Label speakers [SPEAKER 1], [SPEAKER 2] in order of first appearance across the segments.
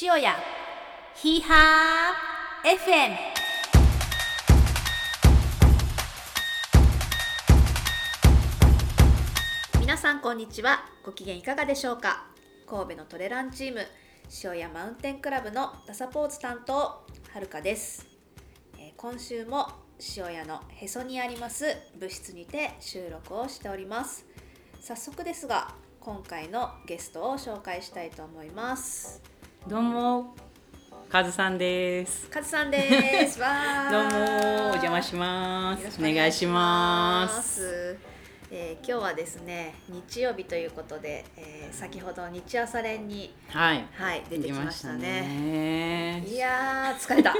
[SPEAKER 1] 塩屋ヒーハー FM 皆さんこんにちはご機嫌いかがでしょうか神戸のトレランチーム塩屋マウンテンクラブのダサポーツ担当はるかです、えー今週も塩屋のへそにあります部室にて収録をしております早速ですが今回のゲストを紹介したいと思います
[SPEAKER 2] どうも、カズさんです。
[SPEAKER 1] カズさん です。わー
[SPEAKER 2] どうも、お邪魔しま
[SPEAKER 1] よろ
[SPEAKER 2] す。
[SPEAKER 1] く
[SPEAKER 2] お願いします。
[SPEAKER 1] す。えー今日はですね日曜日ということで、えー先ほど日朝練に
[SPEAKER 2] はい。
[SPEAKER 1] はい出てきましたね。
[SPEAKER 2] ね
[SPEAKER 1] いやー疲れ た。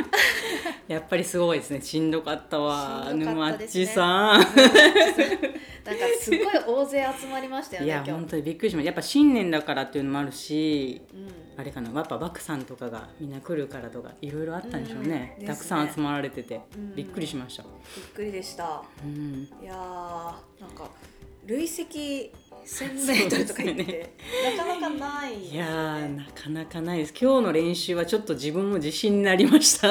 [SPEAKER 2] やっぱりすごいですね。しんどかったわ。
[SPEAKER 1] しんどか
[SPEAKER 2] 沼
[SPEAKER 1] った
[SPEAKER 2] っ
[SPEAKER 1] ですね
[SPEAKER 2] ちさん。
[SPEAKER 1] なんかすごい大勢集まりましたよ
[SPEAKER 2] い
[SPEAKER 1] ね
[SPEAKER 2] や、
[SPEAKER 1] 今
[SPEAKER 2] 本
[SPEAKER 1] 日。
[SPEAKER 2] 当にびっくりしました。やっぱ新年だからっていうのもあるし。
[SPEAKER 1] うん
[SPEAKER 2] あれかなやっぱバクさんとかがみんな来るからとかいろいろあったんでしょうね,、
[SPEAKER 1] うん
[SPEAKER 2] たくさ
[SPEAKER 1] で
[SPEAKER 2] ん
[SPEAKER 1] すね
[SPEAKER 2] 集まられてて、
[SPEAKER 1] うん
[SPEAKER 2] びっくりしました、
[SPEAKER 1] びっくりでした。
[SPEAKER 2] うん、
[SPEAKER 1] いやーなんか累積1000メートルとか言って、
[SPEAKER 2] そうで
[SPEAKER 1] なかなかないです
[SPEAKER 2] い
[SPEAKER 1] よ
[SPEAKER 2] や
[SPEAKER 1] ね、
[SPEAKER 2] ーなかなかないです今日の練習はちょっと自分も自信になりました、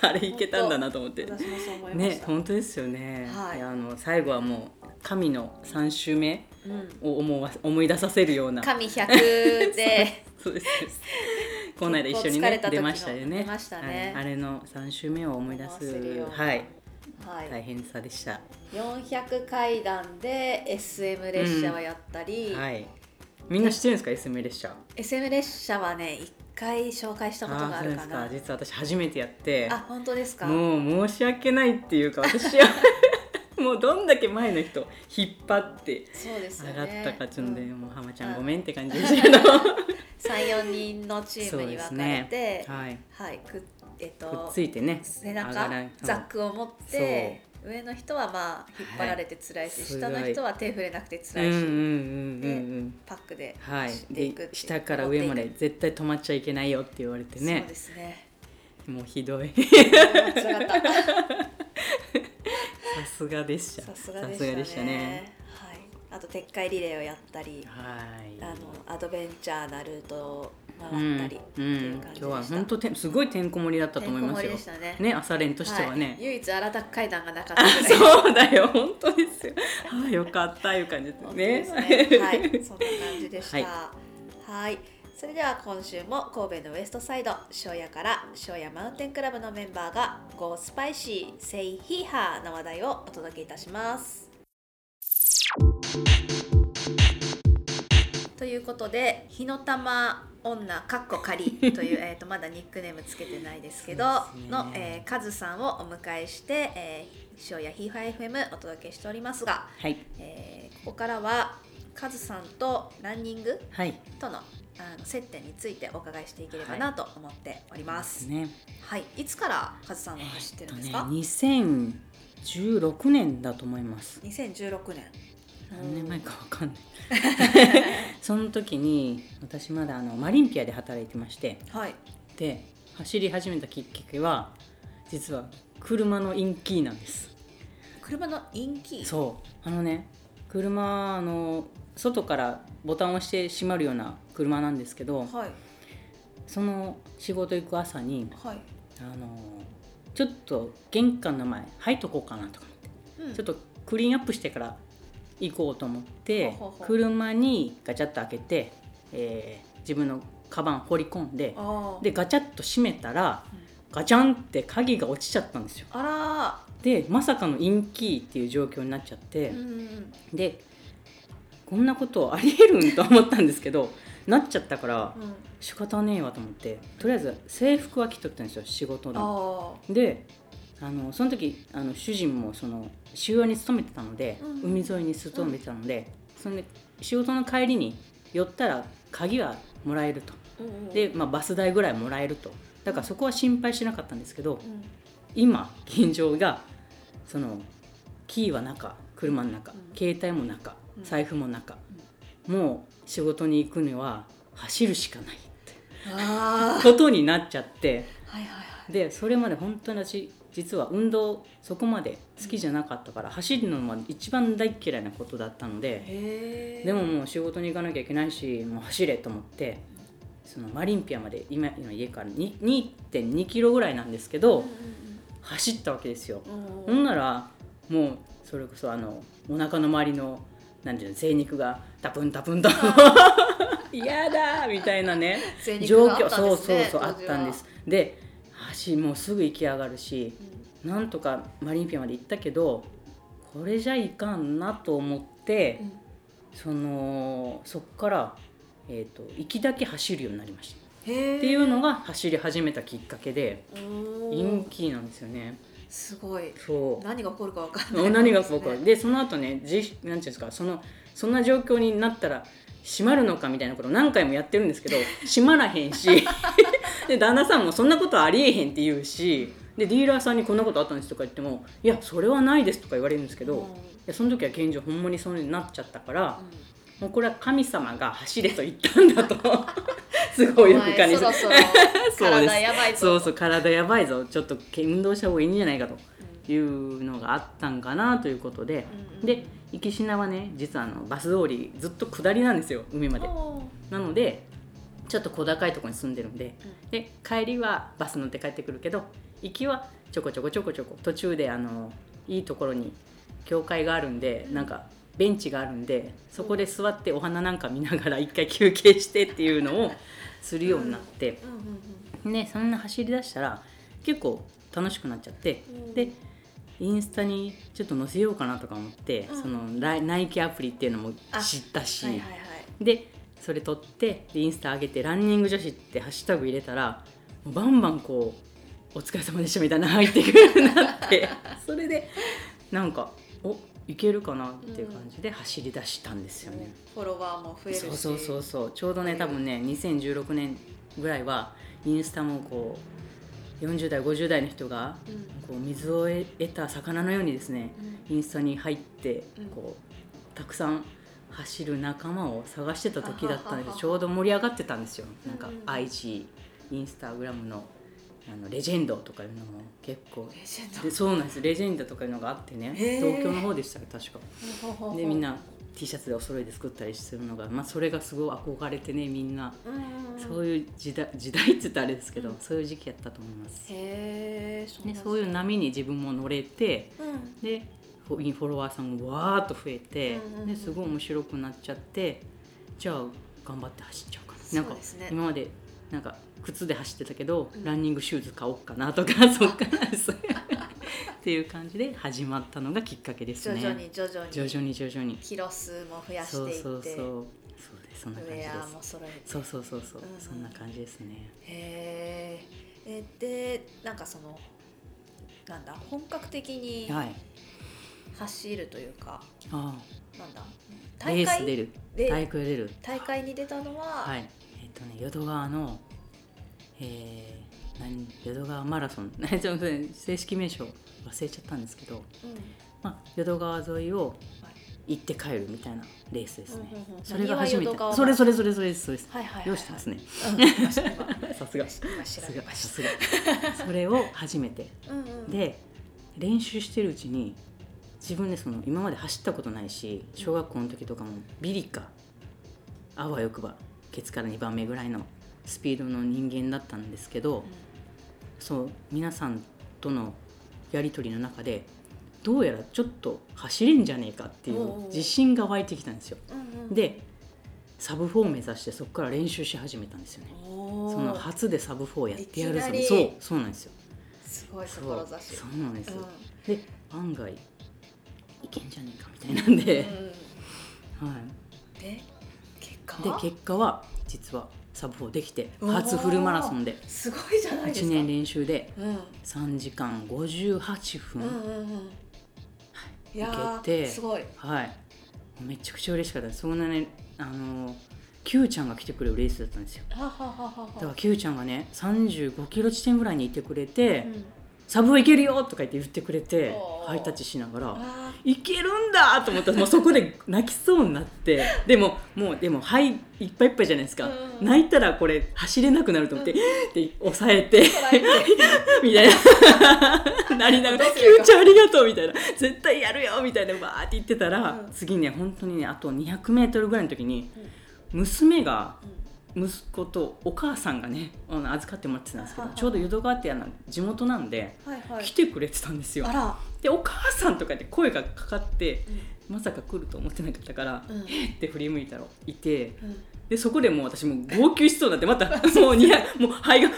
[SPEAKER 2] あれいけたんだなと思って
[SPEAKER 1] 私もそう思いまし
[SPEAKER 2] ね
[SPEAKER 1] た。
[SPEAKER 2] 本当ですよね、
[SPEAKER 1] はい
[SPEAKER 2] やあの最後はもう神の3周目
[SPEAKER 1] うん
[SPEAKER 2] を思わ思い出させるような
[SPEAKER 1] 神100で
[SPEAKER 2] そうですそうですこの間一緒
[SPEAKER 1] 疲
[SPEAKER 2] に
[SPEAKER 1] れ
[SPEAKER 2] ね
[SPEAKER 1] た時の
[SPEAKER 2] 出ましたよね
[SPEAKER 1] 出ましたね
[SPEAKER 2] はいあれの3周目を思い出
[SPEAKER 1] 思わせる
[SPEAKER 2] す
[SPEAKER 1] ような
[SPEAKER 2] はい
[SPEAKER 1] はい、
[SPEAKER 2] 大変さでした、
[SPEAKER 1] 400階段で SM 列車はやったり、
[SPEAKER 2] はいみんな知ってるんですか SM 列車
[SPEAKER 1] SM 列車はね一回紹介したことがあ
[SPEAKER 2] ーそう
[SPEAKER 1] る
[SPEAKER 2] で
[SPEAKER 1] か
[SPEAKER 2] す
[SPEAKER 1] な
[SPEAKER 2] か
[SPEAKER 1] あ
[SPEAKER 2] 実は私初めてやって
[SPEAKER 1] 本当ですか
[SPEAKER 2] もう申し訳ないっていうか私 はもうどんだけ前の人引っ張って
[SPEAKER 1] そうですよ
[SPEAKER 2] 上
[SPEAKER 1] ね
[SPEAKER 2] がったかちょっとね、
[SPEAKER 1] うん
[SPEAKER 2] もう浜ち
[SPEAKER 1] う
[SPEAKER 2] ゃ
[SPEAKER 1] ん
[SPEAKER 2] んごめんって感じでしたけど
[SPEAKER 1] 34人のチームに分かれて、
[SPEAKER 2] はい
[SPEAKER 1] はいくえっ
[SPEAKER 2] くっ
[SPEAKER 1] と
[SPEAKER 2] ついてね
[SPEAKER 1] 背
[SPEAKER 2] 上がら
[SPEAKER 1] 中
[SPEAKER 2] ん
[SPEAKER 1] ザックを持って上の人はまあ引っ張られて辛いし、
[SPEAKER 2] はい
[SPEAKER 1] 下の人は手触れなくて
[SPEAKER 2] うん
[SPEAKER 1] 辛
[SPEAKER 2] う
[SPEAKER 1] い
[SPEAKER 2] ん
[SPEAKER 1] し、
[SPEAKER 2] うんうん
[SPEAKER 1] パックで
[SPEAKER 2] うんはい
[SPEAKER 1] していくっ
[SPEAKER 2] で
[SPEAKER 1] ていう
[SPEAKER 2] 下から上まで絶対止まっちゃいけないよって言われて
[SPEAKER 1] そう
[SPEAKER 2] ね
[SPEAKER 1] ですね
[SPEAKER 2] もうひどい
[SPEAKER 1] 辛かった
[SPEAKER 2] さすがでした
[SPEAKER 1] さすがでしたね
[SPEAKER 2] でしたね
[SPEAKER 1] はい、あと撤回リレーをやったり
[SPEAKER 2] はい
[SPEAKER 1] あのアドベンチャーなルートを回ったりって
[SPEAKER 2] う
[SPEAKER 1] い
[SPEAKER 2] ん
[SPEAKER 1] う
[SPEAKER 2] うん、
[SPEAKER 1] 感じ
[SPEAKER 2] 今
[SPEAKER 1] でした、
[SPEAKER 2] 日は本当てんすごいてんこ盛りだったと思います
[SPEAKER 1] てんこ盛り
[SPEAKER 2] よ
[SPEAKER 1] でしたね
[SPEAKER 2] ね朝練としてはね、
[SPEAKER 1] い、唯一荒拓階段がなかったぐらい
[SPEAKER 2] そうだよ、本当ですよ。ああ、よかったいう感じです
[SPEAKER 1] 本当
[SPEAKER 2] ね。
[SPEAKER 1] ですねはい、そんな感じでした
[SPEAKER 2] はい
[SPEAKER 1] はいそれでは今週も神戸のウエストサイド庄屋から庄屋マウンテンクラブのメンバーが Go スパイシー Say ヒーハーの話題をお届けいたしますということで「火の玉女かっこ仮」と いうえーとまだニックネームつけてないですけど
[SPEAKER 2] そうですね
[SPEAKER 1] の、えーカズさんをお迎えして、えー、塩屋ヒーハー FM お届けしておりますが
[SPEAKER 2] はい、
[SPEAKER 1] えーここからはカズさんとランニング
[SPEAKER 2] はい、
[SPEAKER 1] とのあの接点についてお伺いしていければなと思っております。
[SPEAKER 2] ね。
[SPEAKER 1] はい、い、つからカズさんは走ってるんですか？
[SPEAKER 2] 二千十六年だと思います。
[SPEAKER 1] 2016年。
[SPEAKER 2] 何年前かわ かんない。その時に私まだあのマリンピアで働いてまして、
[SPEAKER 1] はい。
[SPEAKER 2] で走り始めたきっかけは実は車のインキーなんです。
[SPEAKER 1] 車のインキー。
[SPEAKER 2] そうあのね車あの外からボタンを押して閉まるような車なんですけど、
[SPEAKER 1] はい
[SPEAKER 2] その仕事行く朝に
[SPEAKER 1] はい。
[SPEAKER 2] あのちょっと玄関の前入っとこうかなとか思って、
[SPEAKER 1] うん
[SPEAKER 2] ちょっとクリーンアップしてから行こうと思っ
[SPEAKER 1] ほ
[SPEAKER 2] て
[SPEAKER 1] うほうほう
[SPEAKER 2] 車にガチャッと開けて、えー自分のカバン放り込んで
[SPEAKER 1] あー
[SPEAKER 2] でガチャッと閉めたら
[SPEAKER 1] うん
[SPEAKER 2] ガチャンって鍵が落ちちゃったんですよ
[SPEAKER 1] あら
[SPEAKER 2] でまさかのインキーっていう状況になっちゃって、
[SPEAKER 1] ー。うん
[SPEAKER 2] でこんなことありえるんと思ったんですけどなっちゃったから
[SPEAKER 1] うんうん。
[SPEAKER 2] 仕方ねえわと思ってとりあえず制服は着とったんですよ仕事
[SPEAKER 1] あ
[SPEAKER 2] の。
[SPEAKER 1] あ。
[SPEAKER 2] であのその時あの主人もその収容に勤めてたので、
[SPEAKER 1] うん
[SPEAKER 2] 海沿いに勤めてたので、それで仕事の帰りに寄ったら鍵はもらえると
[SPEAKER 1] うんうん、
[SPEAKER 2] で、まあ、バス代ぐらいもらえるとだからそこは心配しなかったんですけど
[SPEAKER 1] うん
[SPEAKER 2] 今現状がそのキーは中車の中、
[SPEAKER 1] うん
[SPEAKER 2] 携帯も中
[SPEAKER 1] うん
[SPEAKER 2] 財布も中、もう仕事に行くには走るしかないって
[SPEAKER 1] ああ。
[SPEAKER 2] ことになっちゃって。
[SPEAKER 1] はいはいはい。
[SPEAKER 2] でそれまで本当に私実は運動そこまで好きじゃなかったから、走るのも一番大っ嫌いなことだったので
[SPEAKER 1] へえ。
[SPEAKER 2] でももう仕事に行かなきゃいけないしもう走れと思ってそのマリンピアまで今今家からに2.2キロぐらいなんですけど、走ったわけですよ。ほんならもうそれこそあのお腹の周りのなんていうの精肉がタプンタプンと 嫌だみたいなね状況そうそうそうあったんで。す。で走もうすぐ行き上がるしなんとかマリンピアまで行ったけどこれじゃいかんなと思って、
[SPEAKER 1] うん
[SPEAKER 2] そのそっから、えー、と行きだけ走るようになりました。
[SPEAKER 1] へえ。
[SPEAKER 2] っていうのが走り始めたきっかけで
[SPEAKER 1] お
[SPEAKER 2] 陰
[SPEAKER 1] ー
[SPEAKER 2] 気なんですよね。
[SPEAKER 1] すごい。
[SPEAKER 2] そう
[SPEAKER 1] 何が起こるかわかんない。
[SPEAKER 2] 何が僕はでその後ねじなんていうんですかそのそんな状況になったら閉まるのかみたいなことを何回もやってるんですけ ど閉まらへんしで旦那さんもそんなことありえへんって言うしでディーラーさんにこんなことあったんですとか言ってもいやそれはないですとか言われるんですけど、
[SPEAKER 1] うん
[SPEAKER 2] いやその時は現状ほんまにそうになっちゃったから、もうこれは神様が走れと言ったん だとすごいよく感じ
[SPEAKER 1] お前そろそろ体やばいぞ。
[SPEAKER 2] そうそう体やばいぞちょっと運動した方がいいんじゃないかと
[SPEAKER 1] うん
[SPEAKER 2] いうのがあったんかなということで、
[SPEAKER 1] うんうん
[SPEAKER 2] で行きしなはね実はあのバス通りずっと下りなんですよ海まで
[SPEAKER 1] おー
[SPEAKER 2] なのでちょっと小高いところに住んでるんでで帰りはバス乗って帰ってくるけど行きはちょこちょこちょこちょこ途中であのいいところに教会があるんでなんかベンチがあるんでそこで座ってお花なんか見ながら一回休憩してっていうのをするようになって、
[SPEAKER 1] うんうんうん
[SPEAKER 2] ねそんな走り出したら結構楽しくなっちゃって、
[SPEAKER 1] うん
[SPEAKER 2] でインスタにちょっと載せようかなとか思って、
[SPEAKER 1] うん
[SPEAKER 2] そのライナイキアプリっていうのも
[SPEAKER 1] あ
[SPEAKER 2] 知ったし、
[SPEAKER 1] はいはいはい。
[SPEAKER 2] でそれ撮ってでインスタ上げて「ランニング女子」ってハッシュタグ入れたらもうバンバンこう「お疲れ様でした」みたいなの入ってくるようになって それでなんかおいけるかなっていう感じで走り出したんですよね。
[SPEAKER 1] フォロワーも増えるし。
[SPEAKER 2] そうそうそうそうちょうどね多分ね2016年ぐらいはインスタもこう40代50代の人が
[SPEAKER 1] うん。
[SPEAKER 2] こう水を得た魚のようにですね
[SPEAKER 1] うん
[SPEAKER 2] インスタに入って
[SPEAKER 1] うん
[SPEAKER 2] こうたくさん走る仲間を探してた時だったん
[SPEAKER 1] あは
[SPEAKER 2] で
[SPEAKER 1] はは
[SPEAKER 2] ちょうど盛り上がってたんですよなんか
[SPEAKER 1] うんうん
[SPEAKER 2] IG インスタグラムのあのレジェンドとかいうのも結構
[SPEAKER 1] レジェンド
[SPEAKER 2] でそうなんですレジェンドとかいうのがあってね
[SPEAKER 1] へー
[SPEAKER 2] 東京の方でしたね確か。
[SPEAKER 1] ほうほうほう
[SPEAKER 2] でみんな T シャツでお揃いで作ったりするのが、まあ、それがすごい憧れてねみんな、
[SPEAKER 1] うんうんうん
[SPEAKER 2] そういう時代時代っつったらあれですけど、
[SPEAKER 1] うん
[SPEAKER 2] そういう時期やったと思います、
[SPEAKER 1] へえそうなん
[SPEAKER 2] で
[SPEAKER 1] だ
[SPEAKER 2] そういう波に自分も乗れて
[SPEAKER 1] うん
[SPEAKER 2] でフォフォロワーさんもわーっと増えて、
[SPEAKER 1] うんうんうん
[SPEAKER 2] ですごい面白くなっちゃってじゃあ頑張って走っちゃおうかななん
[SPEAKER 1] そう
[SPEAKER 2] か
[SPEAKER 1] ですね
[SPEAKER 2] 今までなんか靴で走ってたけど、
[SPEAKER 1] うん
[SPEAKER 2] ランニングシューズ買おうかなとか そっからですっていう感じで始まったのがきっかけです
[SPEAKER 1] 徐
[SPEAKER 2] ね
[SPEAKER 1] 々に徐々
[SPEAKER 2] 徐
[SPEAKER 1] に
[SPEAKER 2] 々に徐々に
[SPEAKER 1] キロ数も増やしていって
[SPEAKER 2] そうそうそうそうですそんな
[SPEAKER 1] ウ
[SPEAKER 2] 感じで
[SPEAKER 1] ェア
[SPEAKER 2] す
[SPEAKER 1] も揃えて
[SPEAKER 2] そうそうそうそう、
[SPEAKER 1] うんうん
[SPEAKER 2] そんな感じですね
[SPEAKER 1] へーえでなんかそのなんだ本格的に
[SPEAKER 2] はい
[SPEAKER 1] 走るというか、
[SPEAKER 2] あ
[SPEAKER 1] なんだ
[SPEAKER 2] あ
[SPEAKER 1] 大
[SPEAKER 2] レース出
[SPEAKER 1] 会
[SPEAKER 2] る
[SPEAKER 1] で
[SPEAKER 2] 大会出る
[SPEAKER 1] 大会に出たのは、
[SPEAKER 2] はいえっとね淀川のえー、何淀川マラソン ちょっとね正式名称忘れちゃったんですけど、
[SPEAKER 1] うん
[SPEAKER 2] まあ、淀川沿いを
[SPEAKER 1] はい
[SPEAKER 2] 行って帰るみたいなレースですね、
[SPEAKER 1] うんうんうん
[SPEAKER 2] それが初め
[SPEAKER 1] 何は淀
[SPEAKER 2] て
[SPEAKER 1] 川
[SPEAKER 2] それそれそれそれですそうです、
[SPEAKER 1] はいはいはいはい
[SPEAKER 2] 用意してますね
[SPEAKER 1] うん 私今
[SPEAKER 2] さすがさ
[SPEAKER 1] 今
[SPEAKER 2] す
[SPEAKER 1] 調べ
[SPEAKER 2] が
[SPEAKER 1] ま
[SPEAKER 2] さ
[SPEAKER 1] し
[SPEAKER 2] すがそれを初めて
[SPEAKER 1] た、うんうん、
[SPEAKER 2] で練習してるうちに自分でその今まで走ったことないし小学校の時とかもビリかあわよくばケツから2番目ぐらいのスピードの人間だったんですけどそう皆さんとのやり取りの中でどうやらちょっと走れんじゃねえかってい
[SPEAKER 1] おうおう
[SPEAKER 2] う自信が湧いてきたんですよ。
[SPEAKER 1] うんうんうん、
[SPEAKER 2] でサブ4を目指してそこから練習し始めたんですよね。
[SPEAKER 1] お
[SPEAKER 2] その
[SPEAKER 1] ー
[SPEAKER 2] 初でサブ4やってやるぞ
[SPEAKER 1] いきなり
[SPEAKER 2] そうそうなんですよ。
[SPEAKER 1] すごい
[SPEAKER 2] そう
[SPEAKER 1] 志
[SPEAKER 2] そうなんです
[SPEAKER 1] う
[SPEAKER 2] よ、
[SPEAKER 1] ん
[SPEAKER 2] で案外いけんじゃねえかみたいなんで、
[SPEAKER 1] うん
[SPEAKER 2] はい、
[SPEAKER 1] で結果
[SPEAKER 2] で
[SPEAKER 1] は
[SPEAKER 2] 結果は実はサブ4できて
[SPEAKER 1] うわー
[SPEAKER 2] 初フルマラソンです
[SPEAKER 1] ごいじゃないですか
[SPEAKER 2] 1年練習で
[SPEAKER 1] うんうん
[SPEAKER 2] 3時間58分、
[SPEAKER 1] うんうんいやー
[SPEAKER 2] いけて
[SPEAKER 1] すごい
[SPEAKER 2] はいもうめちゃくちゃ嬉しかったですそんなねあの Q ちゃんが来てくれるレースだったんですよ
[SPEAKER 1] はははは
[SPEAKER 2] だか
[SPEAKER 1] は
[SPEAKER 2] ら Q ちゃんがね35キロ地点ぐらいにいてくれて「
[SPEAKER 1] うん
[SPEAKER 2] サブ4いけるよ!」とか言って言ってくれて
[SPEAKER 1] おー
[SPEAKER 2] ハイタッチしながら
[SPEAKER 1] あ
[SPEAKER 2] いけるんだと思ったらもうそこで泣きそうになってでももうでもはいいっぱいいっぱいじゃないですか、
[SPEAKER 1] うん
[SPEAKER 2] 泣いたらこれ走れなくなると思って、
[SPEAKER 1] うん
[SPEAKER 2] で抑えて
[SPEAKER 1] ー捉えて
[SPEAKER 2] みたい ななりながら
[SPEAKER 1] ど
[SPEAKER 2] 「
[SPEAKER 1] うするか
[SPEAKER 2] キューちゃんありがとう」みたいな「絶対やるよ」みたいなバーって言ってたら、
[SPEAKER 1] うん
[SPEAKER 2] 次ね本当にねあと 200m ぐらいの時に娘が
[SPEAKER 1] うん
[SPEAKER 2] 息子とお母さんがねあの預かってもらってたんですけ
[SPEAKER 1] は
[SPEAKER 2] ど
[SPEAKER 1] いはい
[SPEAKER 2] ちょうど淀川ってあの地元なんで
[SPEAKER 1] はいはい
[SPEAKER 2] 来てくれてたんですよ
[SPEAKER 1] あ。ら、
[SPEAKER 2] で「お母さん」とかって声がかかって
[SPEAKER 1] うん
[SPEAKER 2] まさか来ると思ってなかったから
[SPEAKER 1] うん
[SPEAKER 2] 「えっ?」て振り向いたらいて
[SPEAKER 1] うん
[SPEAKER 2] でそこでもう私もう号泣しそうになってまた もうにやもう肺が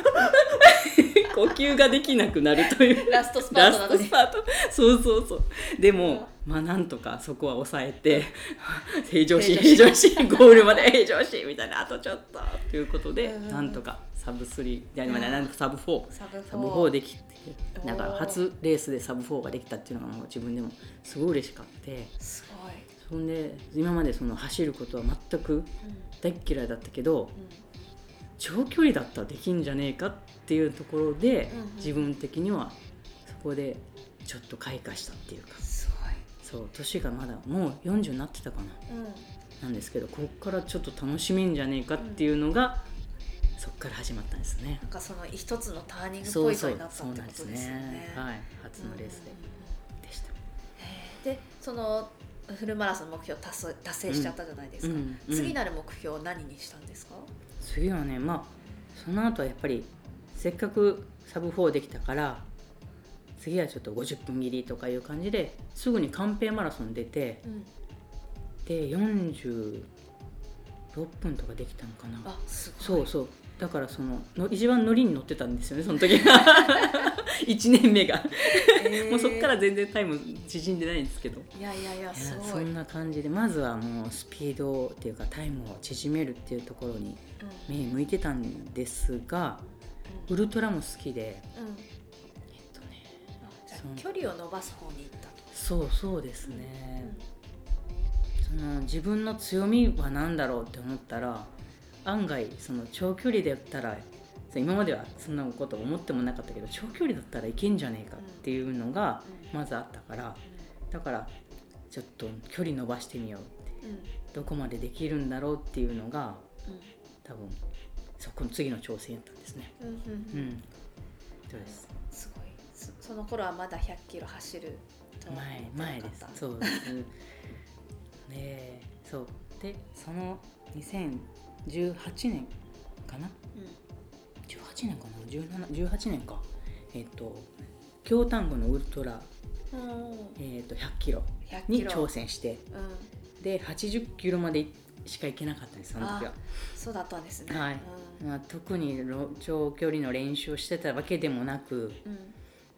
[SPEAKER 2] 呼吸ができなくなるという。
[SPEAKER 1] ラストスパートなの
[SPEAKER 2] ラスト
[SPEAKER 1] に
[SPEAKER 2] スパートそうそうそうでも、まあなんとかそこは抑えて 平常心平
[SPEAKER 1] 平
[SPEAKER 2] 常心ゴールまで平常心みたいなあとちょっとということで、
[SPEAKER 1] うん
[SPEAKER 2] なんとかサブ3じゃあまあなんとかサブ4
[SPEAKER 1] サブ
[SPEAKER 2] サブ4
[SPEAKER 1] で
[SPEAKER 2] できてだから
[SPEAKER 1] おー
[SPEAKER 2] 初レースでサブ4ができたっていうのがもう自分でもすごい嬉しかって
[SPEAKER 1] すごい、
[SPEAKER 2] そんで今までその走ることは全く
[SPEAKER 1] う
[SPEAKER 2] 大っ嫌いだったけど
[SPEAKER 1] んうん
[SPEAKER 2] 長距離だったらできんじゃねえかっていうところで、
[SPEAKER 1] うんうん
[SPEAKER 2] 自分的にはそこでちょっと開花したっていうか
[SPEAKER 1] す
[SPEAKER 2] そう年がまだもう40になってたかな
[SPEAKER 1] ごい、うん、
[SPEAKER 2] なんですけどこっからちょっと楽しめんじゃねえかっていうのが、そっから始まったんですね
[SPEAKER 1] な。んかその一つのターニング
[SPEAKER 2] そ
[SPEAKER 1] ポイ
[SPEAKER 2] う
[SPEAKER 1] ント
[SPEAKER 2] そ
[SPEAKER 1] に
[SPEAKER 2] う
[SPEAKER 1] なった
[SPEAKER 2] そう
[SPEAKER 1] って
[SPEAKER 2] なん
[SPEAKER 1] こ
[SPEAKER 2] で
[SPEAKER 1] と
[SPEAKER 2] す
[SPEAKER 1] ですよね
[SPEAKER 2] ね。。はい、初のレース
[SPEAKER 1] うんう
[SPEAKER 2] で
[SPEAKER 1] んうん
[SPEAKER 2] でした。
[SPEAKER 1] でそのフルマラソン目標達成達成しちゃったじゃないですか、
[SPEAKER 2] うんうん
[SPEAKER 1] 次なる目標は何にしたんですか、
[SPEAKER 2] 次はねまあその後はやっぱりせっかくサブ4できたから次はちょっと50分切りとかいう感じですぐに寛平マラソン出て
[SPEAKER 1] うん、
[SPEAKER 2] で46分とかできたのかな
[SPEAKER 1] あすごい
[SPEAKER 2] そうそうだからそのの一番乗りに乗ってたんですよねその時 1年目が
[SPEAKER 1] えー
[SPEAKER 2] もうそっから全然タイム縮んでないんですけど
[SPEAKER 1] いやいやいや
[SPEAKER 2] いや
[SPEAKER 1] す
[SPEAKER 2] そ
[SPEAKER 1] ごい、うん
[SPEAKER 2] んな感じでまずはもうスピードっていうかタイムを縮めるっていうところに目向いてたんですがウルトラも好きで、
[SPEAKER 1] うん
[SPEAKER 2] えっとね、
[SPEAKER 1] あじゃ
[SPEAKER 2] そう
[SPEAKER 1] あ距離を伸ばす方に行ったと、
[SPEAKER 2] そうそうです
[SPEAKER 1] う
[SPEAKER 2] ね
[SPEAKER 1] ん、
[SPEAKER 2] その自分の強みは何だろうって思ったら案外その長距離だったらそう今まではそんなこと思ってもなかったけど長距離だったらいけんじゃねえかっていうのが
[SPEAKER 1] うん
[SPEAKER 2] まずあったからだからちょっと距離伸ばしてみようって
[SPEAKER 1] うんうん
[SPEAKER 2] どこまでできるんだろうっていうのが
[SPEAKER 1] うん
[SPEAKER 2] 多分そこの次の挑戦やったんですね。
[SPEAKER 1] うんうん
[SPEAKER 2] う
[SPEAKER 1] うん
[SPEAKER 2] ん、そうです
[SPEAKER 1] すごいそその頃はまだ1 0 0キロ走るとは
[SPEAKER 2] 前
[SPEAKER 1] 思っ
[SPEAKER 2] 前
[SPEAKER 1] てな
[SPEAKER 2] で
[SPEAKER 1] か
[SPEAKER 2] す
[SPEAKER 1] った
[SPEAKER 2] そうですでそうでその2018年かな18年かな1718年かえっ、と京丹後のウルトラ、
[SPEAKER 1] うん、うん、
[SPEAKER 2] えっと100キロ
[SPEAKER 1] 100キ
[SPEAKER 2] に
[SPEAKER 1] ロ
[SPEAKER 2] 挑戦して
[SPEAKER 1] うん、
[SPEAKER 2] で80キロまでしか行けなかったんですその時は、
[SPEAKER 1] そうだったんですね
[SPEAKER 2] はいまあ、特にろ長距離の練習をしてたわけでもなく
[SPEAKER 1] うんうん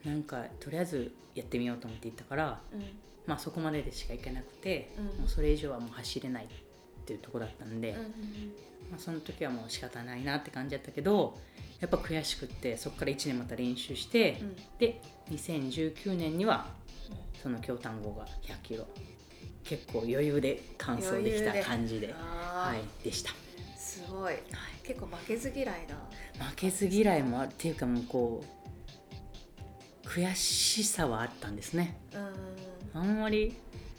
[SPEAKER 2] なんかとりあえずやってみようと思って行ったから
[SPEAKER 1] うん
[SPEAKER 2] まあ、そこまででしか行けなくて、
[SPEAKER 1] うん
[SPEAKER 2] もうそれ以上はもう走れないっていうところだったんで、
[SPEAKER 1] うんうんうん
[SPEAKER 2] まあ、その時はもう仕方ないなって感じだったけどやっぱ悔しくってそこから1年また練習して、
[SPEAKER 1] うん
[SPEAKER 2] で2019年にはその京丹後が100キロ結構余裕で完走でき
[SPEAKER 1] 余
[SPEAKER 2] た
[SPEAKER 1] 裕で
[SPEAKER 2] 感じで
[SPEAKER 1] あ
[SPEAKER 2] は
[SPEAKER 1] ー
[SPEAKER 2] い、でした、は
[SPEAKER 1] すごい結構負けず嫌いな、
[SPEAKER 2] い、負けず嫌いもあるっていうかもうこう悔しさはあったんですね
[SPEAKER 1] うん
[SPEAKER 2] あんまり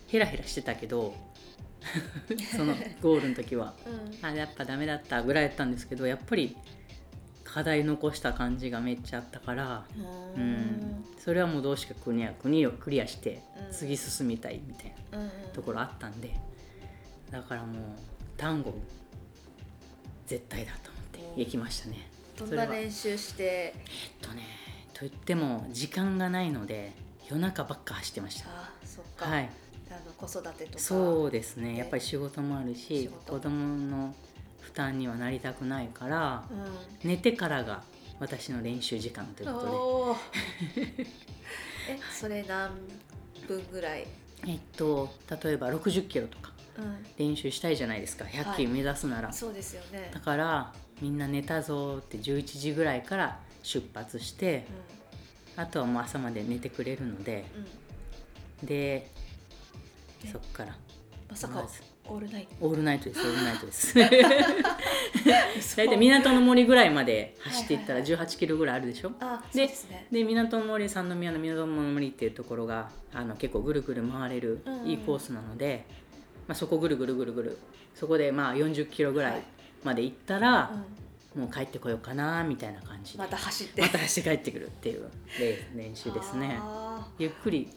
[SPEAKER 2] ヘラヘラしてたけど そのゴールの時は
[SPEAKER 1] うん、
[SPEAKER 2] あやっぱダメだったぐらいやったんですけどやっぱり課題残した感じがめっちゃあったから、
[SPEAKER 1] う
[SPEAKER 2] うんん、それはもうどうしかクリアクリアクリアして
[SPEAKER 1] うん
[SPEAKER 2] 次進みたいみたい
[SPEAKER 1] うん
[SPEAKER 2] なところあったんでだからもう単語絶対だと思って行きましたね。
[SPEAKER 1] どん
[SPEAKER 2] それ
[SPEAKER 1] な
[SPEAKER 2] は
[SPEAKER 1] 練習して
[SPEAKER 2] えっとねと言っても時間がないので夜中ばっか走ってました。
[SPEAKER 1] あそっか、
[SPEAKER 2] はい
[SPEAKER 1] あの子育てとか
[SPEAKER 2] そうですね
[SPEAKER 1] ね
[SPEAKER 2] やっぱり仕事もある
[SPEAKER 1] 仕
[SPEAKER 2] し
[SPEAKER 1] 事
[SPEAKER 2] 子供の負担にはなりたくないから、
[SPEAKER 1] うん、
[SPEAKER 2] 寝てからが私の練習時間というこ
[SPEAKER 1] お ーえそれ何分ぐらい、
[SPEAKER 2] とでえっと例えば60キロとか
[SPEAKER 1] うん、
[SPEAKER 2] 練習したいじゃないですか100キロ目指すなら、
[SPEAKER 1] そうですよね
[SPEAKER 2] だからみんな寝たぞーって11時ぐらいから出発してあとはもう朝まで寝てくれるので
[SPEAKER 1] うんうん
[SPEAKER 2] で
[SPEAKER 1] え
[SPEAKER 2] そっから
[SPEAKER 1] まさか
[SPEAKER 2] まず
[SPEAKER 1] オールナイ
[SPEAKER 2] オールナイトですオールナイトです
[SPEAKER 1] ト
[SPEAKER 2] 大体港の森ぐらいまで走っていったら18キロぐらいあるでしょ、
[SPEAKER 1] あそうですね
[SPEAKER 2] で港の森三宮の港の森っていうところがあの結構ぐるぐる回れる
[SPEAKER 1] うんうん
[SPEAKER 2] いいコースなので、まあ、そこぐるぐるぐるぐるそこでまあ40キロぐら
[SPEAKER 1] はいい
[SPEAKER 2] まで行ったら、
[SPEAKER 1] う
[SPEAKER 2] もう帰ってこようかなみたいな感じ
[SPEAKER 1] ん、
[SPEAKER 2] で
[SPEAKER 1] また走って
[SPEAKER 2] また走って帰ってくるっていうレ練習ですね
[SPEAKER 1] あ
[SPEAKER 2] ゆっく
[SPEAKER 1] ーう
[SPEAKER 2] り
[SPEAKER 1] ん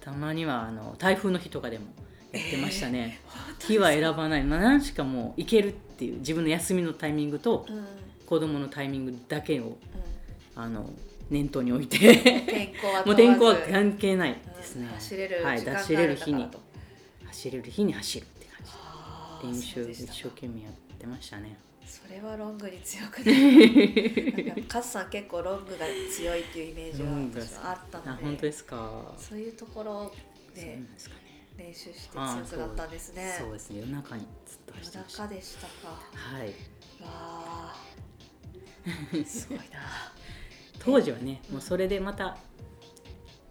[SPEAKER 2] たまにはあの台風の日とかでも言ってましたね、日は選ばない、まあ、何しかもう行けるっていう自分の休みのタイミングと
[SPEAKER 1] うんうん
[SPEAKER 2] 子供のタイミングだけをあの念頭に置い て
[SPEAKER 1] 天候は
[SPEAKER 2] もう天候は
[SPEAKER 1] 問わず
[SPEAKER 2] 関係ないですね、
[SPEAKER 1] うん走れる時間があ
[SPEAKER 2] は
[SPEAKER 1] る
[SPEAKER 2] い、
[SPEAKER 1] から
[SPEAKER 2] 走れる日に
[SPEAKER 1] と
[SPEAKER 2] 走れる日に走るって感じ
[SPEAKER 1] あー
[SPEAKER 2] 練習
[SPEAKER 1] そう
[SPEAKER 2] を
[SPEAKER 1] で
[SPEAKER 2] 一
[SPEAKER 1] した
[SPEAKER 2] 生懸命やってましたね。
[SPEAKER 1] それはロングに強 くないなんかカズさん結構ロングが強いっていうイメージ
[SPEAKER 2] ロング
[SPEAKER 1] が
[SPEAKER 2] が
[SPEAKER 1] 私はあったので
[SPEAKER 2] あ本当ですか。
[SPEAKER 1] そういうところ
[SPEAKER 2] そうな
[SPEAKER 1] で
[SPEAKER 2] んですかね。
[SPEAKER 1] 練習して
[SPEAKER 2] あ
[SPEAKER 1] 強く
[SPEAKER 2] ー
[SPEAKER 1] なったんですね
[SPEAKER 2] そうそうですね。夜中にずっと走って
[SPEAKER 1] 夜
[SPEAKER 2] ました。
[SPEAKER 1] 中でしたかわ
[SPEAKER 2] はい。
[SPEAKER 1] あ すごいな
[SPEAKER 2] 当時はね、もうそれでまた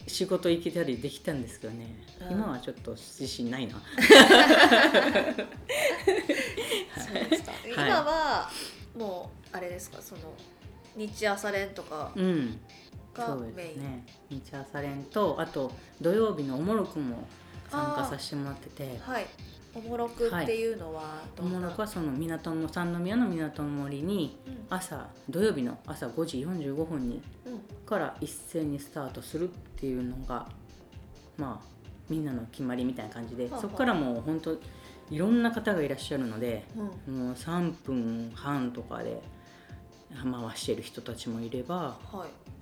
[SPEAKER 2] 仕事行けたりできたんですけどね。
[SPEAKER 1] うん
[SPEAKER 2] 今はちょっと自信ないな。
[SPEAKER 1] そうですか今はもうあれですかその日朝練とか
[SPEAKER 2] うん。
[SPEAKER 1] が
[SPEAKER 2] そう
[SPEAKER 1] メイ
[SPEAKER 2] です
[SPEAKER 1] ン
[SPEAKER 2] ね。日朝練とあと土曜日のおもろくも参加させてもらってて。
[SPEAKER 1] はいおもろくっていうのは
[SPEAKER 2] お
[SPEAKER 1] どん
[SPEAKER 2] も
[SPEAKER 1] な、
[SPEAKER 2] ろくはその港の三宮の港の森に
[SPEAKER 1] うん
[SPEAKER 2] 朝土曜日の朝5時45分に
[SPEAKER 1] うん
[SPEAKER 2] から一斉にスタートするっていうのがまあみんなの決まりみたいな感じで
[SPEAKER 1] はあはあ
[SPEAKER 2] そこからもう本当いろんな方がいらっしゃるので
[SPEAKER 1] うん
[SPEAKER 2] もう3分半とかで回してる人たちもいれば
[SPEAKER 1] はい
[SPEAKER 2] あ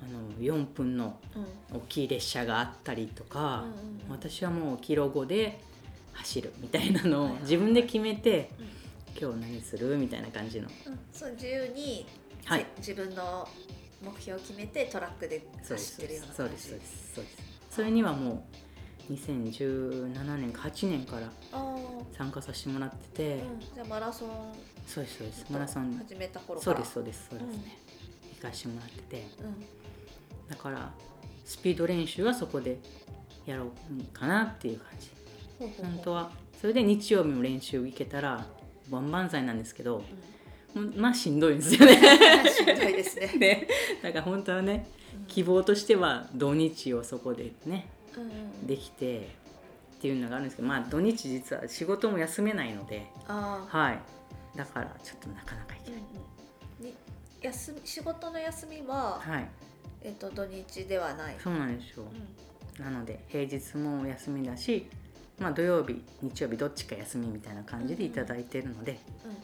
[SPEAKER 2] の4分の
[SPEAKER 1] うん
[SPEAKER 2] 大きい列車があったりと
[SPEAKER 1] うんうん
[SPEAKER 2] か
[SPEAKER 1] うん
[SPEAKER 2] 私はもうキロ5で走るみたいなのを
[SPEAKER 1] はいはい
[SPEAKER 2] 自分で決めて
[SPEAKER 1] うん
[SPEAKER 2] 今日何するみたいな感じの
[SPEAKER 1] うんそう自由に、
[SPEAKER 2] はい
[SPEAKER 1] ぜ自分の目標を決めてトラックで
[SPEAKER 2] そうです
[SPEAKER 1] 走ってるような
[SPEAKER 2] そ
[SPEAKER 1] 感
[SPEAKER 2] う
[SPEAKER 1] じ
[SPEAKER 2] ですそうですそうですそれにはもう2017年か8年から
[SPEAKER 1] あー
[SPEAKER 2] 参加させてもらってて、
[SPEAKER 1] うん、じゃあマラソン
[SPEAKER 2] そうですそうですマラソン
[SPEAKER 1] 始めた頃か
[SPEAKER 2] そう
[SPEAKER 1] ら
[SPEAKER 2] ですそうですそうです、
[SPEAKER 1] うん
[SPEAKER 2] 行かしてもらってて
[SPEAKER 1] うん
[SPEAKER 2] だからスピード練習はそこでやろうかなっていう感じ
[SPEAKER 1] ほうほうほう
[SPEAKER 2] 本当はそれで日曜日も練習行けたら万々歳なんですけどもうまあしんどいんですよね
[SPEAKER 1] うん しんどいですね
[SPEAKER 2] ねだから本当はね
[SPEAKER 1] うん
[SPEAKER 2] 希望としては土日をそこでね
[SPEAKER 1] うんうん
[SPEAKER 2] できてっていうのがあるんですけどまあ土日実は仕事も休めないので
[SPEAKER 1] ああ
[SPEAKER 2] はいだからちょっとなかなか行け
[SPEAKER 1] うん
[SPEAKER 2] な
[SPEAKER 1] う
[SPEAKER 2] い、
[SPEAKER 1] んに休み仕事の休みは、
[SPEAKER 2] はい
[SPEAKER 1] えっと土日ではない、
[SPEAKER 2] そうなんですよ
[SPEAKER 1] う
[SPEAKER 2] なので平日もお休みだしまあ土曜日日曜日どっちか休みみたいな感じでいただいてるので、
[SPEAKER 1] んうん、
[SPEAKER 2] はい、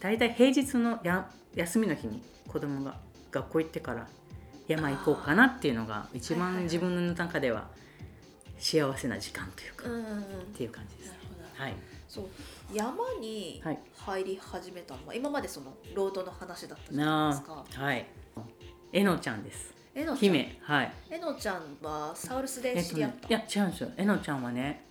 [SPEAKER 2] 大体平日のや休みの日に子供が学校行ってから山行こうかなっていうのが一
[SPEAKER 1] はいはいは
[SPEAKER 2] 番
[SPEAKER 1] い
[SPEAKER 2] 自分の中では幸せな時間というか、
[SPEAKER 1] うんうんうん、
[SPEAKER 2] っていう感じです
[SPEAKER 1] な
[SPEAKER 2] ね
[SPEAKER 1] るほど
[SPEAKER 2] はい
[SPEAKER 1] そう山に
[SPEAKER 2] はい
[SPEAKER 1] 入り始めたのは、今までそのロードの話だったじゃないです
[SPEAKER 2] な
[SPEAKER 1] か。
[SPEAKER 2] あはいえのちゃんです
[SPEAKER 1] えのちゃん
[SPEAKER 2] 姫はい
[SPEAKER 1] えのちゃんはサウルス
[SPEAKER 2] え
[SPEAKER 1] で
[SPEAKER 2] っ
[SPEAKER 1] 知
[SPEAKER 2] と
[SPEAKER 1] り合っ
[SPEAKER 2] ね
[SPEAKER 1] た。
[SPEAKER 2] いや違うんですよえのちゃんはね